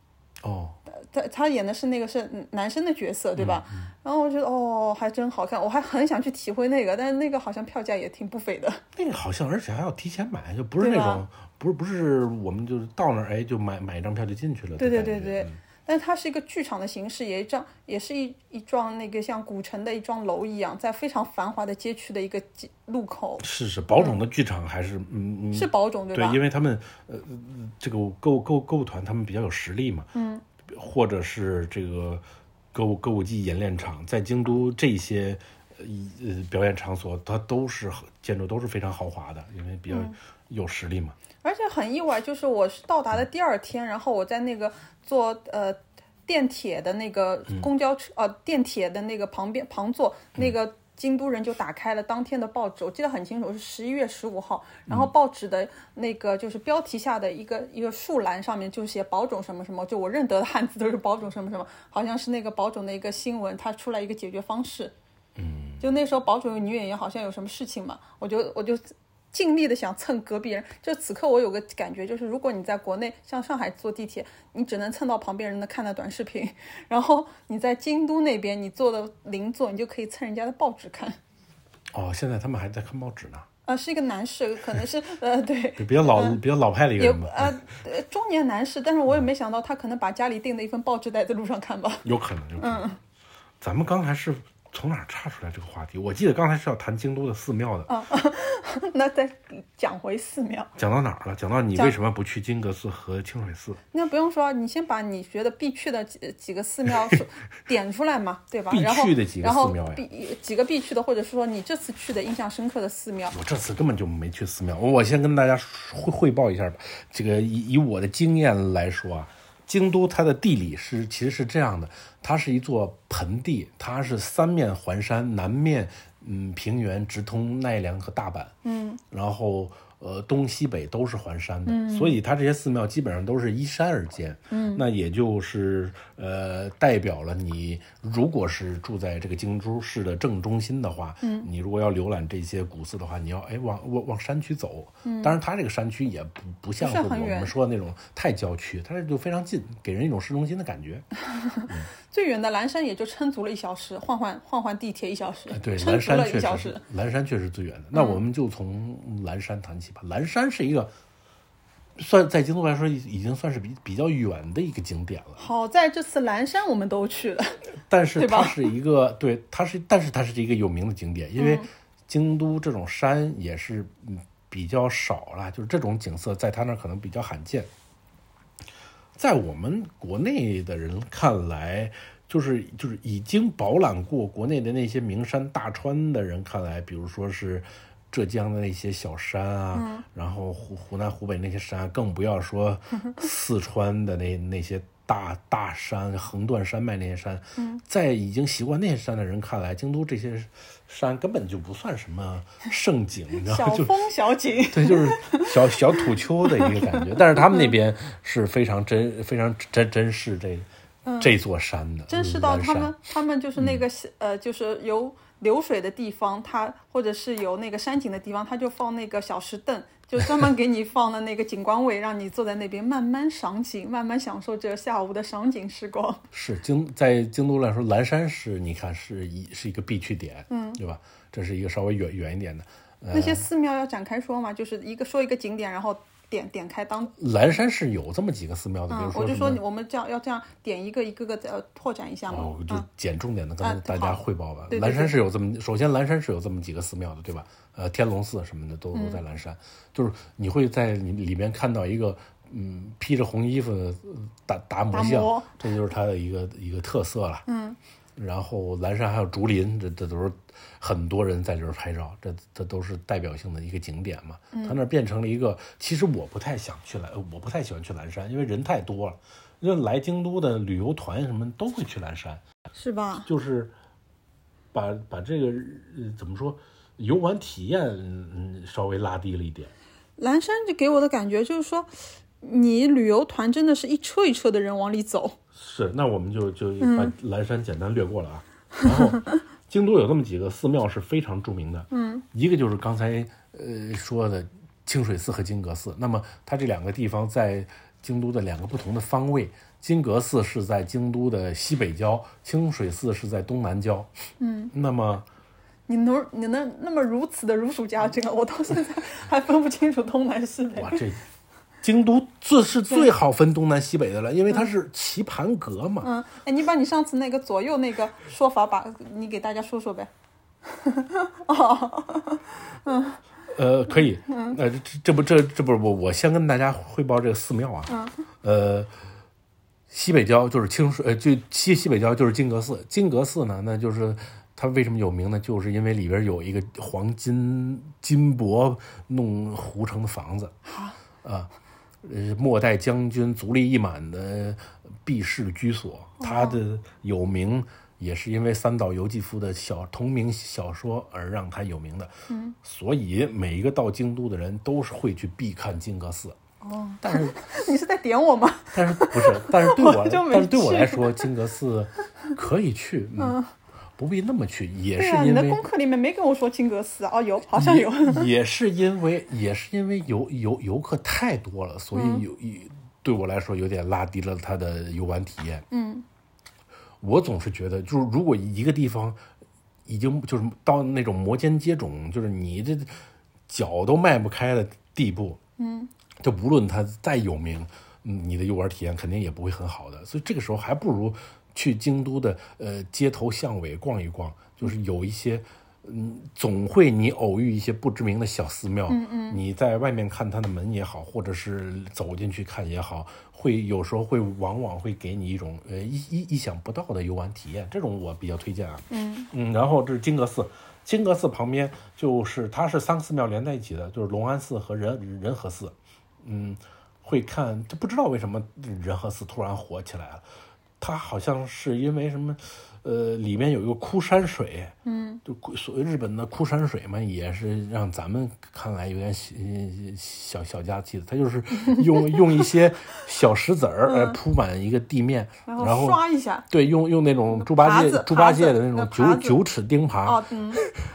C: 哦，
B: 他他演的是那个是男生的角色，对吧？然后我觉得哦，还真好看，我还很想去体会那个，但是那个好像票价也挺不菲的。
C: 那个好像而且还要提前买，就不是
B: 对啊
C: 那
B: 吧
C: 种不是不是我们就是到那儿哎就买买一张票就进去了的
B: 对
C: 感
B: 对
C: 觉。嗯
B: 对对，但它是一个剧场的形式，也一幢也是一一幢那个像古城的一幢楼一样，在非常繁华的街区的一个街路口，
C: 是是，宝冢的剧场还是嗯嗯
B: 是宝冢对吧？
C: 因为他们呃呃这个歌舞歌舞歌舞团他们比较有实力嘛，嗯，或者是这个歌舞歌舞伎演练场，在京都这些呃一呃表演场所，它都是很建筑都是非常豪华的，因为比较
B: 嗯
C: 有实力嘛。
B: 而且很意外，就是我是到达的第二天，然后我在那个坐呃电铁的那个公交车、呃电铁的那个旁边旁座，那个京都人就打开了当天的报纸，我记得很清楚，是十一月十五号，然后报纸的那个就是标题下的一个一个竖栏上面就写保种什么什么，就我认得的汉字都是保种什么什么，好像是那个保种的一个新闻，它出来一个解决方式。嗯，就那时候保种有女演员好像有什么事情嘛，我就我就尽力的想蹭隔壁人。就此刻我有个感觉，就是如果你在国内像上海坐地铁，你只能蹭到旁边人的看的短视频，然后你在京都那边你坐的邻座，你就可以蹭人家的报纸看。
C: 哦，现在他们还在看报纸呢，
B: 啊，是一个男士，可能是呃，对，
C: 比比较老、比较老派的一个
B: 也
C: 人吧，
B: 呃呃中年男士，但是我也没想到他可能把家里订的一份报纸带在路上看吧。
C: 有可能，有可能。
B: 嗯
C: 咱们刚才是从哪儿岔出来这个话题？我记得刚才是要谈京都的寺庙的，
B: 哦那再讲回寺庙，
C: 讲到哪儿了？讲到你
B: 讲
C: 为什么不去金阁寺和清水寺？
B: 那不用说啊，你先把你觉得必去的几几个寺 庙说点出来嘛，对吧？
C: 必
B: 然后
C: 去的几个
B: 然后
C: 寺庙呀
B: 必几个必去的，或者是说你这次去的印象深刻的寺庙。
C: 我这次根本就没去寺庙，我我先跟大家汇汇报一下吧。这个以以我的经验来说啊，京都它的地理是其实是这样的，它是一座盆地，它是三面环山，南面嗯平原直通奈良和大阪，嗯，然后呃东西北都是环山的，所以它这些寺庙基本上都是依山而建，嗯，那也就是呃代表了你如果是住在这个京都市的正中心的话，嗯，你如果要浏览这些古寺的话，你要哎往往往山区走，嗯，当然它这个山区也不不像
B: 不
C: 是
B: 是
C: 我
B: 很远
C: 们说的那种太郊区，它这就非常近，给人一种市中心的感觉。
B: 最远的岚山也就撑足了一小时，换换换换地铁一小时，
C: 哎对，
B: 撑
C: 岚
B: 足
C: 山
B: 了
C: 确
B: 一小
C: 实
B: 时嗯
C: 是。，岚山确实最远的。那我们就从岚山谈起吧。岚山是一个算在京都来说已已经算是比比较远的一个景点了，
B: 好在这次岚山我们都去了，
C: 但是
B: 对吧
C: 它是一个对，它是但是它是一个有名的景点，因
B: 嗯
C: 为京都这种山也是嗯比较少啦，就是这种景色在它那儿可能比较罕见。在我们国内的人看来，就是就是已经饱览过国内的那些名山大川的人看来，比如说是浙江的那些小山啊，然后湖湖南、湖北那些山啊，更不要说四川的那那些大大山、横断山脉那些山，在已经习惯那些山的人看来，京都这些山根本就不算什么盛景，你知道
B: 小
C: 吗？就
B: 风小景。
C: 对，就是小小土丘的一个感觉。但是他们那边是非常珍、非常珍珍视这、这座山的，
B: 嗯真是
C: 嗯
B: 到
C: 岚
B: 他
C: 山
B: 们，他们就是那个、呃，就是有流水的地方，它或者是有那个山景的地方，它就放那个小石凳，就专门给你放了那个景观位，让你坐在那边慢慢赏景，慢慢享受这下午的赏景时光。
C: 是京在京都来说，岚山是你看是一是一个必去点，嗯，对吧？这是一个稍微远远一点的。呃
B: 那些寺庙要展开说嘛，就是一个说一个景点，然后点点开当
C: 岚山是有这么几个寺庙的，比
B: 嗯
C: 如，说
B: 我就
C: 什
B: 说
C: 么
B: 你我们这样要这样点一个一个个呃拓展一下嘛
C: 哦，我，就
B: 嗯，
C: 捡重点的跟
B: 啊
C: 大家
B: 好
C: 汇报吧。
B: 对对
C: 岚山
B: 对
C: 是有这么，首先岚山是有这么几个寺庙的，对吧？呃，天龙寺什么的
B: 嗯
C: 都都在岚山，就是你会在里里面看到一个嗯披着红衣服的呃达达摩
B: 达
C: 像
B: 摩，
C: 这就是它的一个一个特色了。嗯。然后岚山还有竹林，这这都是很多人在这儿拍照，这这都是代表性的一个景点嘛。它那儿变成了一个，其实我不太想去岚，呃我不太喜欢去岚山，因为人太多了。因为来京都的旅游团什么都会去岚山，
B: 是吧？
C: 就是把把这个、呃、怎么说游玩体验嗯嗯稍微拉低了一点。
B: 岚山就给我的感觉就是说，你旅游团真的是一车一车的人往里走，
C: 是，那我们就就把岚山简单略过了啊。然 后京都有这么几个寺庙是非常著名的，嗯，一个就是刚才呃说的清水寺和金阁寺。那么它这两个地方在京都的两个不同的方位，金阁寺是在京都的西北郊，清水寺是在东南郊。嗯，那 么。
B: 你能你能那么如此的如数家珍，我到现在还分不清楚东南西北
C: 哇，。这京都最是最好分东南西北的了，因为它是棋盘格嘛。
B: 嗯，哎，你把你上次那个左右那个说法把，你给大家说说呗。
C: 呃，可以，呃，这这不这这不是我我先跟大家汇报这个寺庙啊，呃，西北郊就是清水，呃，就西西北郊就是金阁寺，金阁寺呢，那就是它为什么有名呢？就是因为里边有一个黄金金箔弄糊成的房子，啊，呃，末代将军足利义满的避世居所，
B: 哦
C: 它的有名。也是因为三岛由纪夫的小同名小说而让它有名的，嗯，所以每一个到京都的人都是会去必看金阁寺。哦，但是
B: 你是在点我吗？
C: 但是不是？但是对 我，
B: 我就没
C: 但是对我
B: 去
C: 来说，金阁寺可 以去，嗯，不必那么去，也
B: 对
C: 是
B: 啊，你
C: 因
B: 的
C: 为嗯
B: 功课里面没跟我说金阁寺啊哦，有，好像有。
C: 也也是因为也是因为游游游客太多了，所以有一对我来说有点拉低了它的游玩体验。嗯，我总是觉得，就是如果一个地方已经就是到那种摩肩接踵，就是你这脚都迈不开的地步，就无论它再有名，嗯你的游玩体验肯定也不会很好的。所以这个时候还不如去京都的呃街头巷尾逛一逛，就是有一些。嗯，总会你偶遇一些不知名的小寺庙，嗯嗯你在外面看它的门也好，或者是走进去看也好，会有时候会往往会给你一种呃意意意想不到的游玩体验，啊这种我比较推荐啊。嗯嗯，然后这是金阁寺，金阁寺旁边就是它是三个寺庙连在一起的，就是隆安寺和仁仁和寺。嗯，会看，就不知道为什么仁和寺突然火起来了。它好像是因为什么，呃，里面有一个枯山水，嗯，就枯所谓日本的枯山水嘛，也是让咱们看来有点小小小家气的。它就是 用用一些小石子儿来铺满一个地面，
B: 嗯然
C: 然后
B: 刷一下，
C: 对，用用那种猪八
B: 耙
C: 戒
B: 子
C: 猪
B: 耙
C: 八
B: 子
C: 戒的
B: 那
C: 那种
B: 耙
C: 九
B: 子
C: 九齿钉耙
B: 哦，，嗯，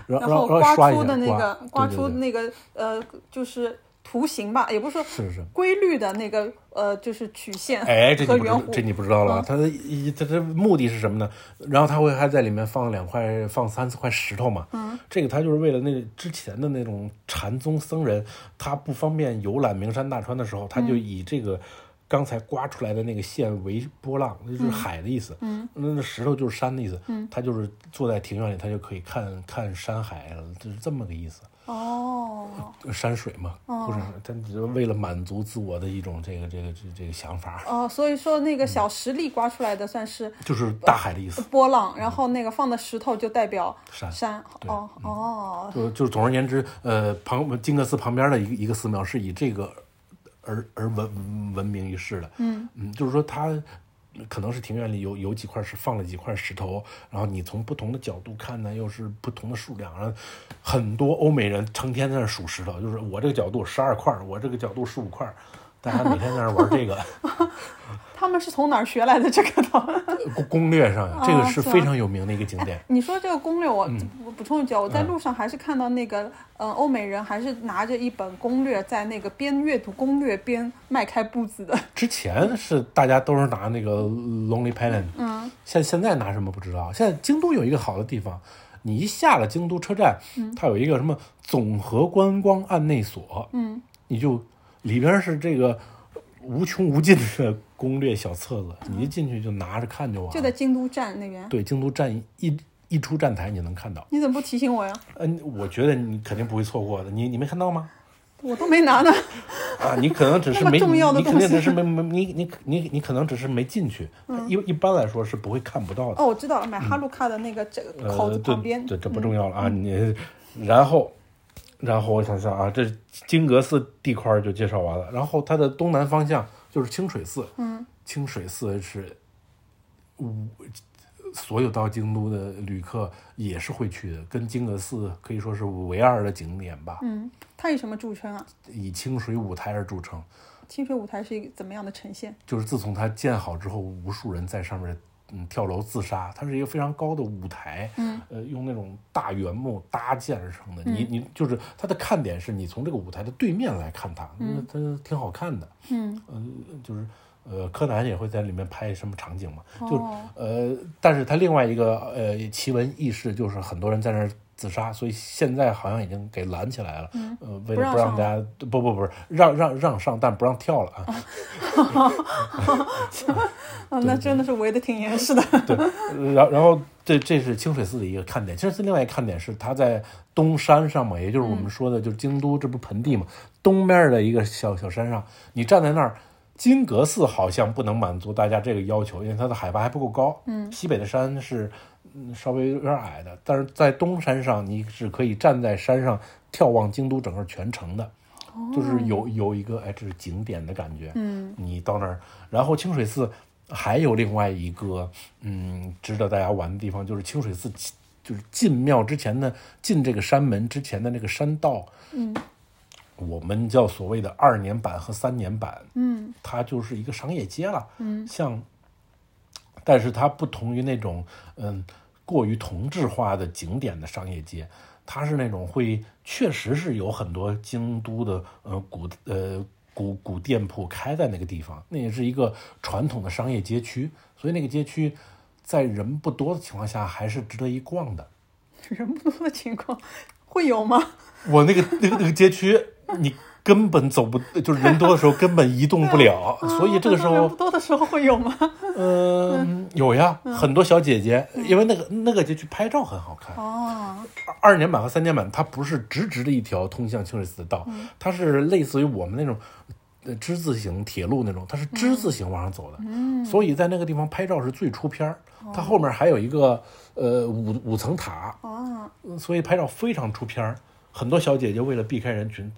C: 然
B: 然
C: 后
B: 后
C: 然后刷一
B: 出
C: 下
B: 的那个刮
C: 对对
B: 出
C: 对
B: 那个呃，就是图形吧，也不是说
C: 是是
B: 规律的那个呃，就是曲线
C: 哎，这
B: 和
C: 你不知
B: 圆
C: 道
B: 弧，
C: 这你不知道了。它的一它的目的是什么呢？然后他会还在里面放两块、放三四块石头嘛。嗯，这个他就是为了那之前的那种禅宗僧人，他不方便游览名山大川的时候，他就以这个。刚才刮出来的那个线为波浪，那就是海的意思。嗯，那那石头就是山的意思。嗯，他就是坐在庭院里，他就可以看看山海了，就是这么个意思。
B: 哦
C: 山水嘛，不是，他只是为了满足自我的一种这个这个这个这个想法，
B: 哦，所以说那个小石粒刮出来的算是
C: 就是大海的意思。
B: 呃波浪，然后那个放的石头就代表
C: 山嗯
B: 山哦哦，
C: 就就是总而言之，呃，旁金阁寺旁边的一个一个寺庙是以这个而而闻闻名于世的。嗯就是说它可能是庭院里有有几块是放了几块石头，然后你从不同的角度看呢，又是不同的数量。然后很多欧美人成天在那数石头，就是我这个角度十二块，我这个角度十五块。大家每天在那儿玩这个
B: 他们是从哪儿学来的这个的？
C: 攻攻略上呀，这个
B: 啊是
C: 是非
B: 吧
C: 常有名的一个景点。
B: 你说这个攻略我，
C: 嗯
B: 我补充一句啊，我在路上还是看到那个，嗯、欧美人还是拿着一本攻略，在那个边阅读攻略边迈开步子的。
C: 之前是大家都是拿那个 Lonely Planet，嗯，现现在拿什么不知道。现在京都有一个好的地方，你一下了京都车站，它有一个什么总和观光案内所，嗯，你就里边是这个无穷无尽的攻略小册子，你一进去就拿着嗯看就完了。
B: 就在京都站那边。
C: 对京都站一一出站台你能看到，
B: 你怎么不提醒我呀？
C: 嗯，我觉得你肯定不会错过的。你你没看到吗？
B: 我都没拿 呢。
C: 啊，你可能只是
B: 那么
C: 没，
B: 重要的
C: 你肯
B: 东
C: 定
B: 西嗯
C: 只是没没你你你你可能只是没进去，一一般来说是不会看不到的。
B: 哦，我知道了，买哈鲁卡的那个这个口
C: 呃，
B: 子
C: 对
B: 旁边。嗯
C: 对，这不重要了啊。你然后然后我想想啊，这金阁寺地块儿就介绍完了，然后它的东南方向就是清水寺，嗯，清水寺是五所有到京都的旅客也是会去的，跟金阁寺可以说是唯二的景点吧，
B: 嗯，它以什么著称啊？
C: 以清水舞台而著称。
B: 清水舞台是一个怎么样的呈现？
C: 就是自从它建好之后，无数人在上面嗯跳楼自杀。它是一个非常高的舞台，嗯，呃，用那种大原木搭建而成的。你你就是它的看点是你从这个舞台的对面来看它，嗯，它挺好看的，
B: 嗯，
C: 呃，就是。呃，柯南也会在里面拍什么场景嘛？就、
B: 哦
C: 呃，但是它另外一个呃奇闻异事就是很多人在那儿自杀，所以现在好像已经给拦起来了。嗯、呃，为
B: 不让
C: 了不让
B: 上
C: 大家不不不是让让让上，但不让跳了啊。
B: 啊，那真的是围得挺严实的。
C: 对，然然后这这是清水寺的一个看点，清水寺另外一个看点是它在东山上嘛，也就是我们说的，就是京都这不盆地嘛，东边的一个小小山上，你站在那儿。金阁寺好像不能满足大家这个要求，因为它的海拔还不够高。嗯，西北的山是嗯稍微有点矮的，但是在东山上，你是可以站在山上眺望京都整个全城的，就是有有一个哎，这是景点的感觉。哦嗯，你到那儿，然后清水寺还有另外一个嗯，值得大家玩的地方就是清水寺进，就是进庙之前的进这个山门之前的那个山道，嗯，我们叫所谓的二年版和三年版，嗯，它就是一个商业街了，嗯，像，但是它不同于那种嗯过于同质化的景点的商业街，它是那种会确实是有很多京都的呃古呃古古店铺开在那个地方，那也是一个传统的商业街区，所以那个街区在人不多的情况下还是值得一逛的。
B: 人不多的情况会有吗？
C: 我那个那个那个街区，你根本走不，就是人多的时候根本移动不 了，啊所以这个时
B: 人
C: 候
B: 不，多的时候会有吗？
C: 嗯，有呀，很多小姐姐，
B: 嗯
C: 因为那个那个街区拍照很好看。
B: 哦，
C: 二年版和三年版，它不是直直的一条通向清水寺的道，
B: 嗯
C: 它是类似于我们那种呃之字形铁路那种，它是之字形往上走的，
B: 嗯
C: 所以在那个地方拍照是最出片儿。它后面还有一个呃五五层塔，
B: 哦，
C: 嗯所以拍照非常出片儿。很多小姐姐为了避开人群，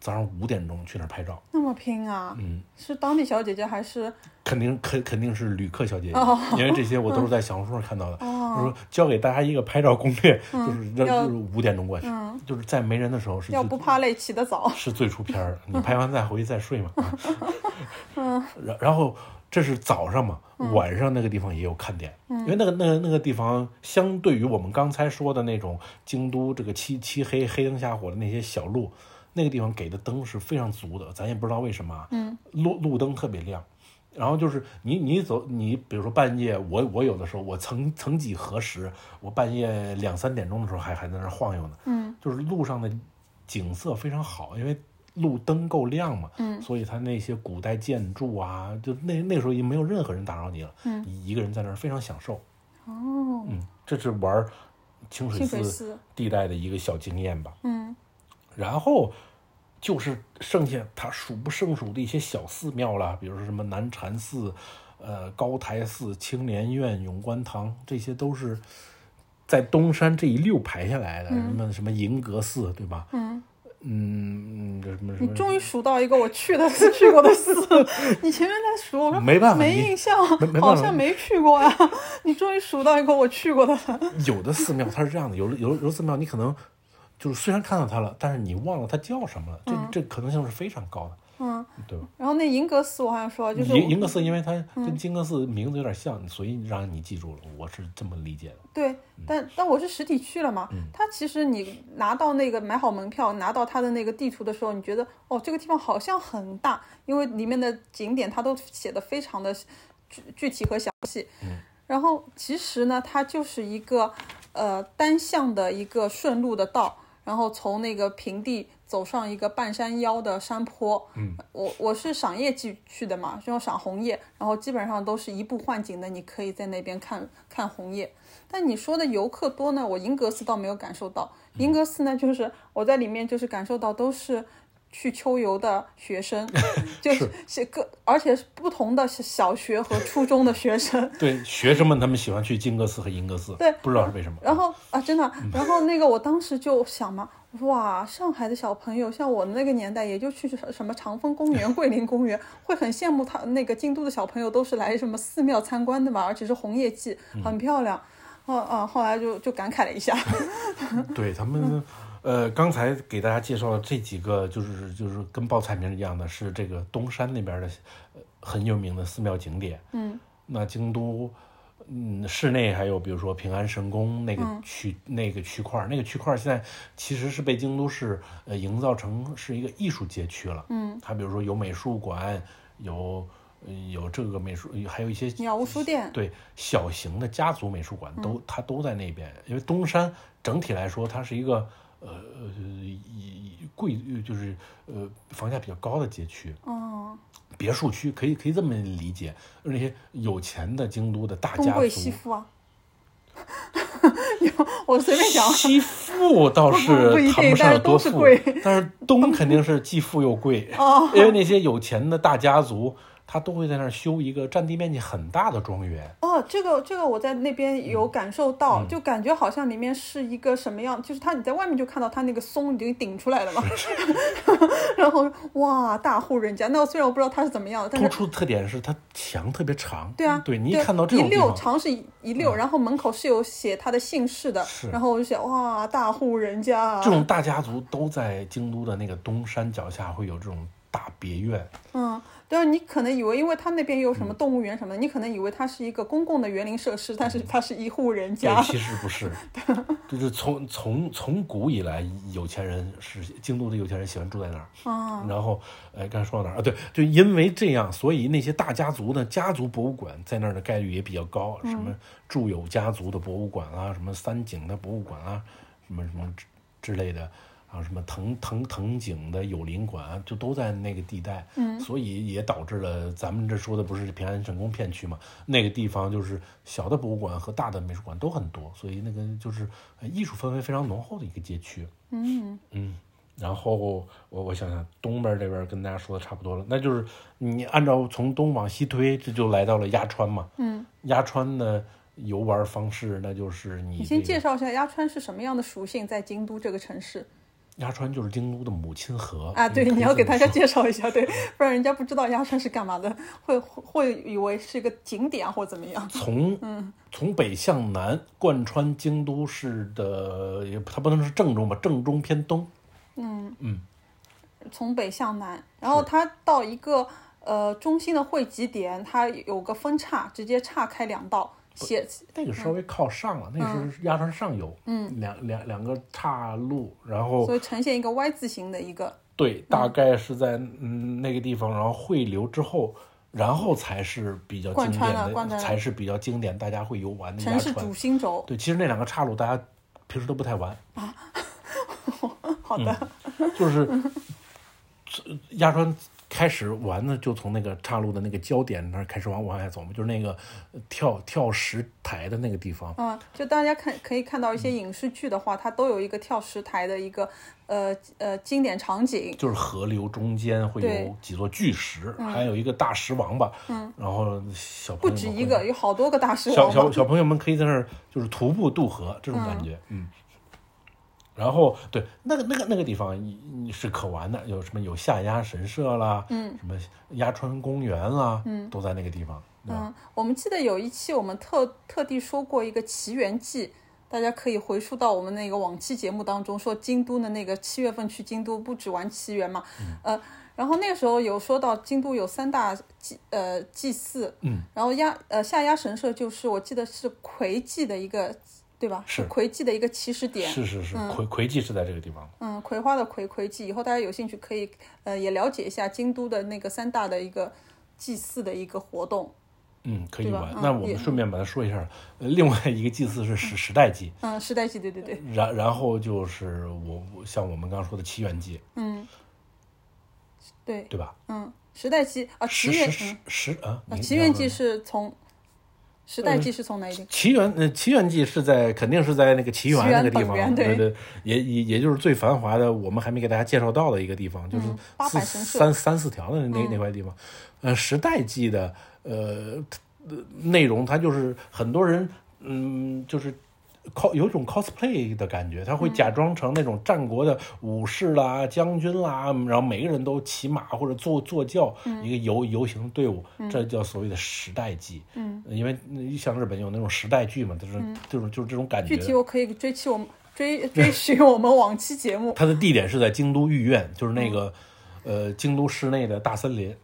C: 早上五点钟去那儿拍照，
B: 那么拼啊！嗯，是当地小姐姐还是
C: 肯定肯肯定是旅客小姐姐，
B: 哦
C: 因为这些我都是在小红书上看到的。我说教给大家一个拍照攻略，就是
B: 嗯
C: 让
B: 要嗯
C: 就是五点钟过去，就是在没人的时候是
B: 要
C: 最
B: 不怕累起得早？
C: 是最出片儿的。你拍完再回去再睡嘛。啊然然后这是早上嘛，晚上那个地方也有看点，因为那个那个那个地方相对于我们刚才说的那种京都这个漆漆黑黑灯瞎火的那些小路，那个地方给的灯是非常足的，咱也不知道为什么啊，路路灯特别亮。然后就是你，你走，你比如说半夜，我我有的时候，我曾曾几何时，我半夜两三点钟的时候还还在那儿晃悠呢，嗯，就是路上的景色非常好，因为路灯够亮嘛，嗯，所以它那些古代建筑啊，就那那时候已经没有任何人打扰你了，嗯，一个人在那儿非常享受，
B: 哦，
C: 嗯，这是玩儿清水
B: 清水
C: 寺
B: 寺，
C: 地带的一个小经验吧。
B: 嗯，
C: 然后就是剩下它数不胜数的一些小寺庙啦，比如说什么南禅寺、呃高台寺、青莲院、永观堂，这些都是在东山这一溜排下来的。什么什么银阁寺，对吧？
B: 嗯
C: 嗯，嗯这什么什
B: 你
C: 么。
B: 终于数到一个我去的 去过的寺，你前面在数，我说
C: 没办法
B: 没
C: 你
B: 印象
C: 没没办，法
B: 好像没去过呀。 你终于数到一个我去过的了，
C: 有的寺庙它是这样的，有的有的有的寺庙你可能就是虽然看到它了，但是你忘了它叫什么了，这这可能性是非常高的。
B: 嗯，
C: 对吧？
B: 然后那银格斯我好嗯像说就是
C: 银银格斯，因为它跟金格斯名字有点像，所以让你记住了，我是这么理解的。
B: 对，但但我是实体去了嘛，它其实你拿到那个买好门票，拿到它的那个地图的时候，你觉得哦，这个地方好像很大，因为里面的景点它都写的非常的具具体和详细。然后其实呢，它就是一个呃单向的一个顺路的道，然后从那个平地走上一个半山腰的山坡。嗯，我我是赏夜去去的嘛，就赏红叶，然后基本上都是一步换景的，你可以在那边看看红叶。但你说的游客多呢，我银格斯倒没有感受到。银格斯呢，就是我在里面就是感受到都是去秋游的学生，就是是各而且是不同的小学和初中的学生。
C: 对，学生们他们喜欢去金格斯和银格斯，
B: 对
C: 不知道是为什么。
B: 然后啊，真的，然后那个我当时就想嘛，哇，上海的小朋友像我们那个年代，也就去什么长风公园、桂林公园，会很羡慕他那个京都的小朋友都是来什么寺庙参观的嘛，而且是红叶季，很漂亮。哦哦，后来就就感慨了一下，
C: 对他们，呃，刚才给大家介绍的这几个，就是就是跟报菜名一样的，是这个东山那边的、呃、很有名的寺庙景点。
B: 嗯，
C: 那京都，嗯，市内还有比如说平安神宫那个
B: 嗯
C: 区、那个区块儿，那个区块儿现在其实是被京都市呃营造成是一个艺术街区了。
B: 嗯，
C: 它比如说有美术馆，有呃有这个美术，还有一些
B: 鸟屋书店，
C: 对小型的家族美术馆都、
B: 嗯
C: 它都在那边，因为东山整体来说它是一个呃呃一贵就是呃房价比较高的街区，
B: 嗯，
C: 别墅区可以可以这么理解，那些有钱的京都的大
B: 东
C: 家
B: 贵西
C: 族。
B: 夫啊， 有我随便 讲，
C: 西富倒
B: 不一
C: 是
B: 定
C: 谈不上有多富，
B: 但是都是
C: 但是东肯定是既富又贵，
B: 哦
C: 因为那些有钱的大家族，他都会在那儿修一个占地面积很大的庄园。
B: 哦，这个这个我在那边有
C: 嗯
B: 感受到，就感觉好像里面是一个什么样，就是它你在外面就看到它那个松已经顶出来了嘛， 然后哇，大户人家，那虽然我不知道它是怎么样的，但
C: 突
B: 是
C: 出的特点是它墙特别长。嗯
B: 对啊，
C: 对你一
B: 对
C: 看到这
B: 一
C: 种地
B: 溜
C: 方，嗯
B: 长是一一溜，然后门口是有写他的姓氏的
C: 是，
B: 然后我就想哇，大户人家啊，
C: 这种大家族都在京都的那个东山脚下会有这种大别院。
B: 嗯，但是你可能以为，因为他那边有什么动物园什么的，你可能以为它是一个公共的园林设施，但是它是一户人
C: 对
B: 家，。啊
C: 其实不是，就是从从从古以来，有钱人是京都的有钱人喜欢住在那儿。
B: 啊，
C: 然后，哎，刚才说到哪儿啊？对，就因为这样，所以那些大家族的家族博物馆在那儿的概率也比较高，什
B: 嗯
C: 么住友家族的博物馆啊，什么三井的博物馆啊，什么什么之之类的。啊，什么藤藤藤井的友林馆啊，就都在那个地带，嗯，所以也导致了咱们这说的不是平安神宫片区嘛，那个地方就是小的博物馆和大的美术馆都很多，所以那个就是呃艺术氛围非常浓厚的一个街区，嗯，然后我我想想，东边这边跟大家说的差不多了，那就是你按照从东往西推，这就来到了鸭川嘛。
B: 嗯，
C: 鸭川的游玩方式，那就是你、
B: 你
C: 这个、
B: 先介绍一下鸭川是什么样的属性，在京都这个城市
C: 鸭川就是京都的母亲河
B: 啊？对，
C: 哦可以
B: 你要给
C: 这么
B: 大家
C: 说
B: 介绍一下，对，不然人家不知道鸭川是干嘛的，会会以为是一个景点啊或者怎么样。
C: 从
B: 嗯
C: 从北向南贯穿京都市的，也它不能是正中吧，正中偏东，
B: 从北向南，然后它到一个呃中心的汇集点，它有个分叉，直接岔开两道，写
C: 那个
B: 嗯
C: 稍微靠上了，那个是鸭川上游，嗯，两两两个岔路，然后
B: 所以呈现一个 Y 字形的一个。
C: 对，大概是在嗯那个地方，然后汇流之后，然后才是比较经
B: 贯穿了
C: 典
B: 贯
C: 的，
B: 穿了
C: 才是比较经典，大家会游玩的鸭
B: 城市
C: 川。
B: 主心轴，
C: 对，其实那两个岔路大家平时都不太玩，
B: 嗯好
C: 嗯
B: 的，
C: 就是这鸭川开始玩呢，就从那个岔路的那个焦点那儿开始往往外走嘛，就是那个呃跳跳石台的那个地方。
B: 嗯，就大家看可以看到一些影视剧的话，它都有一个跳石台的一个呃呃经典场景，
C: 就是河流中间会
B: 对嗯
C: 有几座巨石，还有一个大石王八，嗯、然后小
B: 不
C: 朋友
B: 止
C: 们
B: 一
C: 会
B: 个，有好多个大石
C: 小
B: 王
C: 小
B: 嘛。
C: 小朋友们可以在那儿就是徒步渡河这种感觉，嗯。然后对那个那个那个地方你你是可玩的，有什么有下鸭神社啦，嗯，什么鸭川公园啦，嗯，都在那个地方，对吧？
B: 嗯，我们记得有一期我们特特地说过一个《奇缘记》，大家可以回溯到我们
C: 嗯
B: 那个往期节目当中，说京都的那个七月份去京都不只玩奇缘嘛，呃，然后那个时候有说到京都有三大祭呃祭祀，
C: 嗯，
B: 然后鸭呃下鸭神社就是我记得是魁祭的一个对吧？
C: 是
B: 魁祭的一个起始点，
C: 是是是，魁魁记是在这个地方。
B: 嗯，葵花的葵葵祭，以后大家有兴趣可以呃也了解一下京都的那个三大的一个祭祀的一个活动。
C: 嗯，可以
B: 对吧
C: 玩。
B: 嗯
C: 那我们
B: 也
C: 顺便把它说一下，呃另外一个祭祀是时时代祭，
B: 嗯，时代祭，对对对，
C: 然然后就是我我像我们刚刚说的七元祭，
B: 嗯，对，
C: 对吧？
B: 嗯，时代祭啊，
C: 十
B: 祈愿，
C: 十
B: 嗯，
C: 十十啊，
B: 啊，
C: 你
B: 祈愿祭
C: 你要说
B: 是从时
C: 呃
B: 代祭是从哪一点？
C: 奇缘，呃，奇缘记是在肯定是在那个奇缘
B: 奇
C: 那
B: 缘
C: 个地
B: 本
C: 方，啊
B: 源
C: 对
B: 对
C: 对，也也也就是最繁华的，我们还没给大家介绍到的一个地方，就是
B: 嗯八
C: 四
B: 百神社
C: 三三四条的
B: 嗯
C: 那那块地方，呃，时代记的呃呃内容，它就是很多人嗯就是。cos 有一种 cosplay 的感觉，他
B: 嗯
C: 会假装成那种战国的武士啦、将军啦，然后每个人都骑马或者坐坐轿，
B: 嗯
C: 一个游游行队伍，这叫所谓的时代剧。嗯，因为嗯像日本有那种时代剧嘛，就是这种就是这种感
B: 嗯具
C: 觉。
B: 体我可以追期我们 追追寻我们往期节目。
C: 它的地点是在京都御苑，就是
B: 嗯
C: 那个呃京都市内的大森林。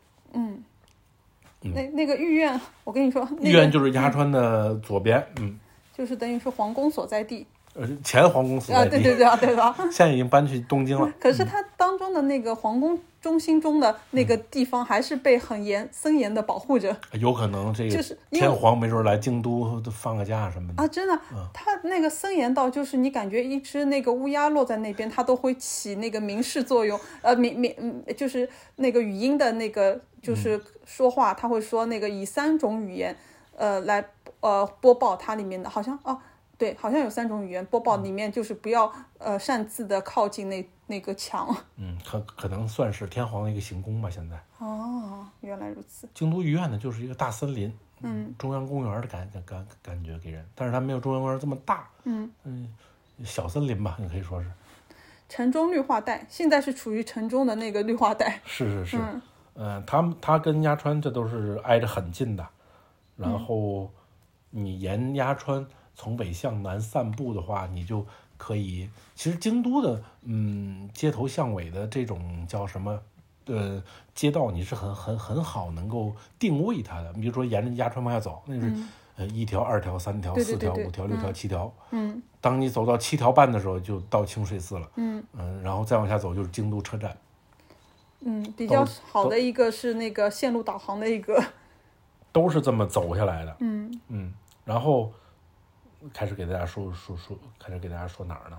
B: 那那个御苑，我跟你说，
C: 嗯御
B: 那
C: 苑
B: 个
C: 就是鸭川的左边，嗯，
B: 就是等于是皇宫所在地
C: 呃前皇宫所
B: 啊，
C: 在
B: 对
C: 地，嗯
B: 对对啊，对 吧？
C: 现在已经搬去 东京了。
B: 可是它当中的那个皇宫中心中的那个地方，还是被很严森严的保护 着
C: 有可能这
B: 就
C: 个
B: 是因为
C: 天皇没准来京都放个假什么的
B: 啊！真的，它那个森严到就是你感觉一只那个乌鸦落在那边，它都会起那个明示作用，呃，明明嗯，就是那个语音的那个就是说话，它会说那个以三种语言，呃，来呃播报它里面的，好像哦。对，好像有三种语言播报，里面就是不要呃擅自的靠近那那个墙。
C: 嗯，可可能算是天皇的一个行宫吧。现在
B: 哦，原来如此。
C: 京都御苑呢，就是一个大森林，嗯，中央公园的感感感感觉给人，但是它没有中央公园这么大，
B: 嗯
C: 小森林吧，你可以说是，
B: 城中绿化带，现在是处于城中的那个绿化带。
C: 是是是，嗯，他们他跟鸭川这都是挨着很近的，
B: 嗯
C: 然后你沿鸭川从北向南散步的话，你就可以，其实京都的嗯街头巷尾的这种叫什么？呃，街道你是很很很好能够定位它的，比如说沿着鸭川往下走，那就是、呃一条、二条、三条、
B: 嗯对对
C: 四
B: 对
C: 条、
B: 对
C: 五条、六条、七条。
B: 嗯
C: 当你走到七条半的时候，就到清水寺了。
B: 嗯
C: 嗯，然后再往下走就是京都车站。
B: 嗯，比较
C: 都
B: 好的一个是那个线路导航的一个，
C: 都是这么走下来的。
B: 嗯，
C: 嗯，然后开始给大家说说说，开始给大家说哪儿呢？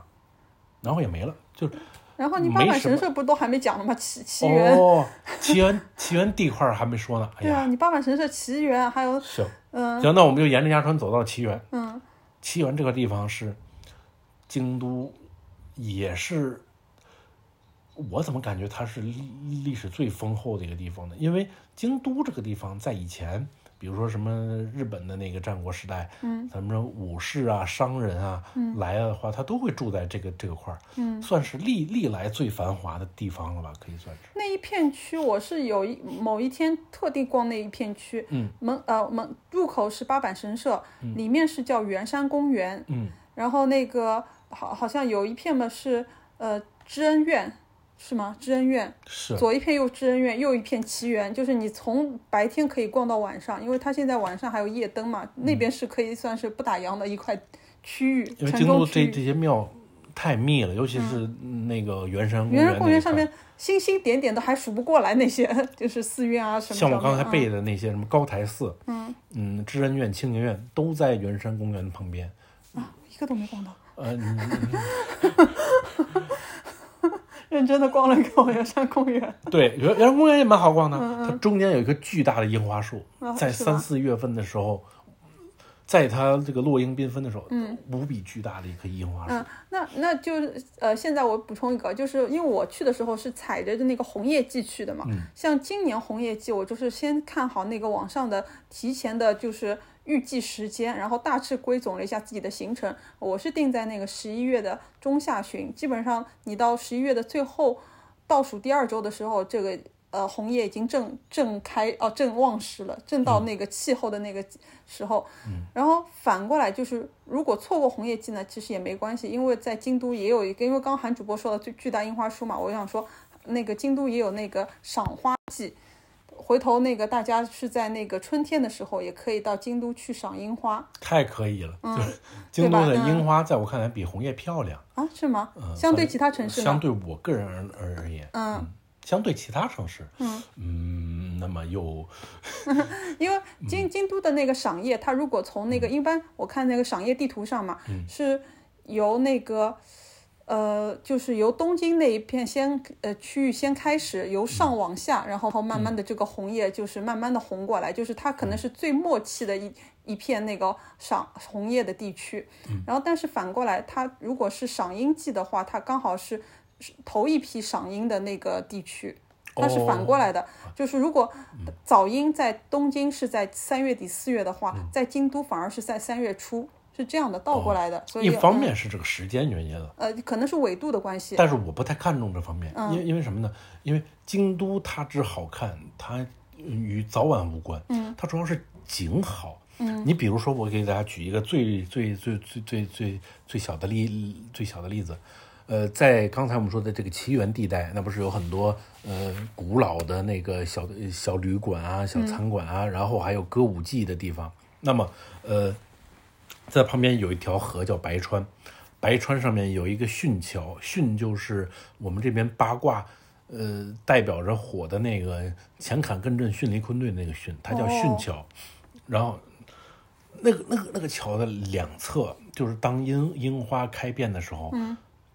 C: 然后也没了，就是
B: 然后你
C: 嗯没
B: 八百
C: 什
B: 神
C: 么
B: 社不都还没讲了吗？奇奇缘，
C: 哦，奇缘奇缘地块儿还没说呢。哎
B: 对啊，
C: 呀，
B: 你八百神社奇缘，还有
C: 行
B: 嗯
C: 行，那我们就沿着鸭川走到奇缘。
B: 嗯
C: 奇缘这个地方是京都，也是我怎么感觉它是历历史最丰厚的一个地方呢？因为京都这个地方在以前，比如说什么日本的那个战国时代，
B: 嗯，
C: 咱们说武士啊、商人啊、来了的话，他都会住在这个这个块儿，
B: 嗯，
C: 算是历历来最繁华的地方了吧？可以算是。
B: 那一片区我是有一某一天特地逛那一片区，
C: 嗯，
B: 门呃门入口是八百神社，里面是叫圆山公园，
C: 嗯，
B: 然后那个好好像有一片嘛是呃知恩院是吗？知恩院。
C: 是
B: 左一片又知恩院，右一片奇缘，就是你从白天可以逛到晚上，因为它现在晚上还有夜灯嘛，那边是可以算是不打烊的一块区域，
C: 嗯因为
B: 城
C: 京都
B: 中
C: 这
B: 区
C: 这
B: 域。
C: 些庙太密了，尤其是那个圆山公
B: 圆
C: 园那一块儿。
B: 山公园上面星星点点的还数不过来，那些就是寺院啊什么。
C: 像我刚才
B: 嗯
C: 背的那些什么高台寺，
B: 嗯
C: 嗯，知恩院、清净院都在圆山公园旁边。
B: 一个都没逛到，
C: 呃， 你
B: 认真的逛了一个圆山公园。
C: 对，圆圆山公园也蛮好逛的，它中间有一棵巨大的樱花树，
B: 啊
C: 在
B: 嗯是吗
C: 三四月份的时候，在它这个落英缤纷的时候，无比巨大的一棵樱花树
B: 嗯，，那那就是呃，现在我补充一个，就是因为我去的时候是踩着那个红叶季去的嘛，像今年红叶季，我就是先看好那个网上的提前的，就是预计时间，然后大致归总了一下自己的行程，我是定在那个十一月的中下旬，基本上你到十一月的最后倒数第二周的时候，这个。呃，红叶已经正正开哦、正旺时了，正到那个气候的那个时候，然后反过来就是，如果错过红叶季呢，其实也没关系，因为在京都也有一个，因为刚刚韩主播说了最巨大樱花树嘛，我想说，那个京都也有那个赏花季。回头那个大家是在那个春天的时候，也可以到京都去赏樱花
C: 太可以了，就是京都的
B: 嗯对吧嗯
C: 樱花，在我看来比红叶漂亮。
B: 啊？是吗？
C: 嗯
B: 相对
C: 反
B: 其他城市呢？
C: 相对我个人而而而言，
B: 嗯，
C: 相对其他城市，
B: 嗯
C: 嗯那么又
B: 因为京京都的那个赏叶，它如果从那个一般我看那个赏叶地图上嘛，是由那个呃，就是由东京那一片先呃区域先开始，由上往下，然后慢慢的这个红叶就是慢慢的红过来，就是它可能是最末期的一一片那个赏红叶的地区。然后但是反过来，它如果是赏樱季的话，它刚好是是头一批赏樱的那个地区。它是反过来的，就是如果早樱在东京是在三月底四月的
C: 嗯
B: 话，在京都反而是在三月初，是这样的倒过来的。所以
C: 哦一方
B: 嗯
C: 面是这个时间原因了。
B: 呃，可能是纬度的关系。
C: 但是我不太看重这方面，因为因为什么呢？因为京都它之好看，它与早晚无关，它主要是景好。你比如说，我给大家举一个最最最最最最最小的例最小的例子，呃，在刚才我们说的这个奇缘地带，那不是有很多呃古老的那个小小旅馆啊、小餐馆啊，然后还有歌舞伎的地方。那么，呃，在旁边有一条河叫白川，白川上面有一个巽桥，巽就是我们这边八卦，呃，代表着火的那个乾坎艮震巽离坤兑那个巽，它叫巽桥。然后，那个那个那个桥的两侧，就是当樱樱花开遍的时候，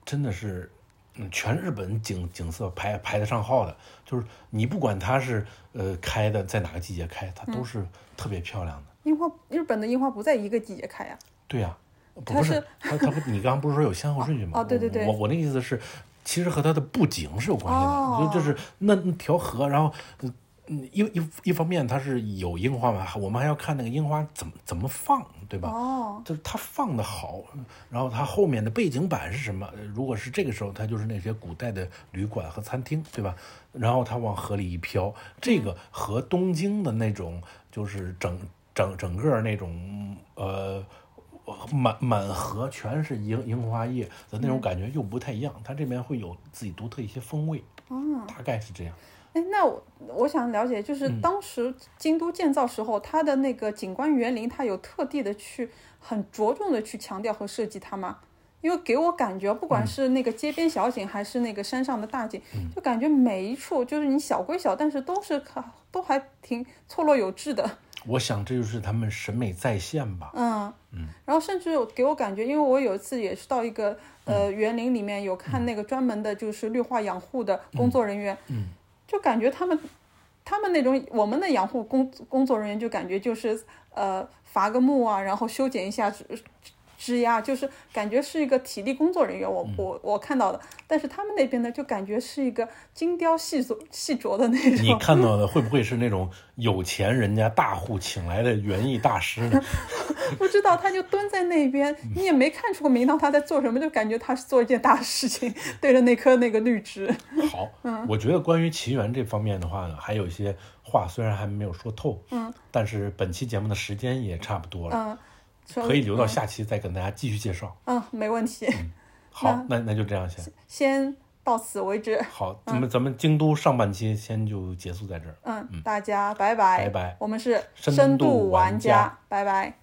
C: 真的是，嗯，全日本景景色排排得上号的，就是你不管它是呃开的在哪个季节开，它都是特别漂亮的。
B: 樱花，日本的樱花不在一个季节开呀、
C: 对呀、不
B: 它
C: 不是
B: 是
C: 他他不，你刚刚不是说有先后顺序吗？
B: 哦哦对对对
C: 我我那意思是，其实和它的布景是有关系的，
B: 哦
C: 就就是那那条河，然后。呃嗯，一一一方面它是有樱花嘛，我们还要看那个樱花怎么怎么放，对吧？
B: 哦，
C: 就是它放的好，然后它后面的背景板是什么？呃如果是这个时候，它就是那些古代的旅馆和餐厅，对吧？然后它往河里一漂，这个和东京的那种就是整整整个那种呃满满河全是樱樱花叶的那种感觉又不太一样，它这边会有自己独特一些风味，大概是这样。
B: 哎，那我我想了解，就是当时京都建造时候，它的那个景观园林，它有特地的去很着重的去强调和设计它吗？因为给我感觉，不管是那个街边小景，还是那个山上的大景，就感觉每一处就是你小归小，但是都是可都还挺错落有致的。
C: 我想这就是他们审美再现吧。
B: 嗯，然后甚至有给我感觉，因为我有一次也是到一个呃园林里面，有看那个专门的就是绿化养护的工作人员，
C: 嗯
B: 就感觉他们他们那种我们的养护工工作人员就感觉就是呃伐个木啊，然后修剪一下枝枝丫，就是感觉是一个体力工作人员，我
C: 嗯
B: 我我看到的，但是他们那边呢就感觉是一个精雕细琢细琢的那种，
C: 你看到的会不会是那种有钱人家大户请来的园艺大师呢？
B: 不知道，他就蹲在那边，你也没看出个名堂他在做什么，就感觉他是做一件大事情， 对着那棵那个绿植。
C: 好，我觉得关于奇缘这方面的话呢，还有一些话虽然还没有说透，嗯，但是本期节目的时间也差不多了，
B: 嗯，说
C: 可以留到下期再跟大家继续介绍。
B: 嗯，没问题，
C: 好，那那就这样先。
B: 先到此为止。
C: 好，咱们咱们京都上半期先就结束在这儿。
B: 嗯，大家拜拜，
C: 嗯拜拜
B: 我们是
C: 深度
B: 度
C: 玩
B: 玩
C: 家
B: 拜拜。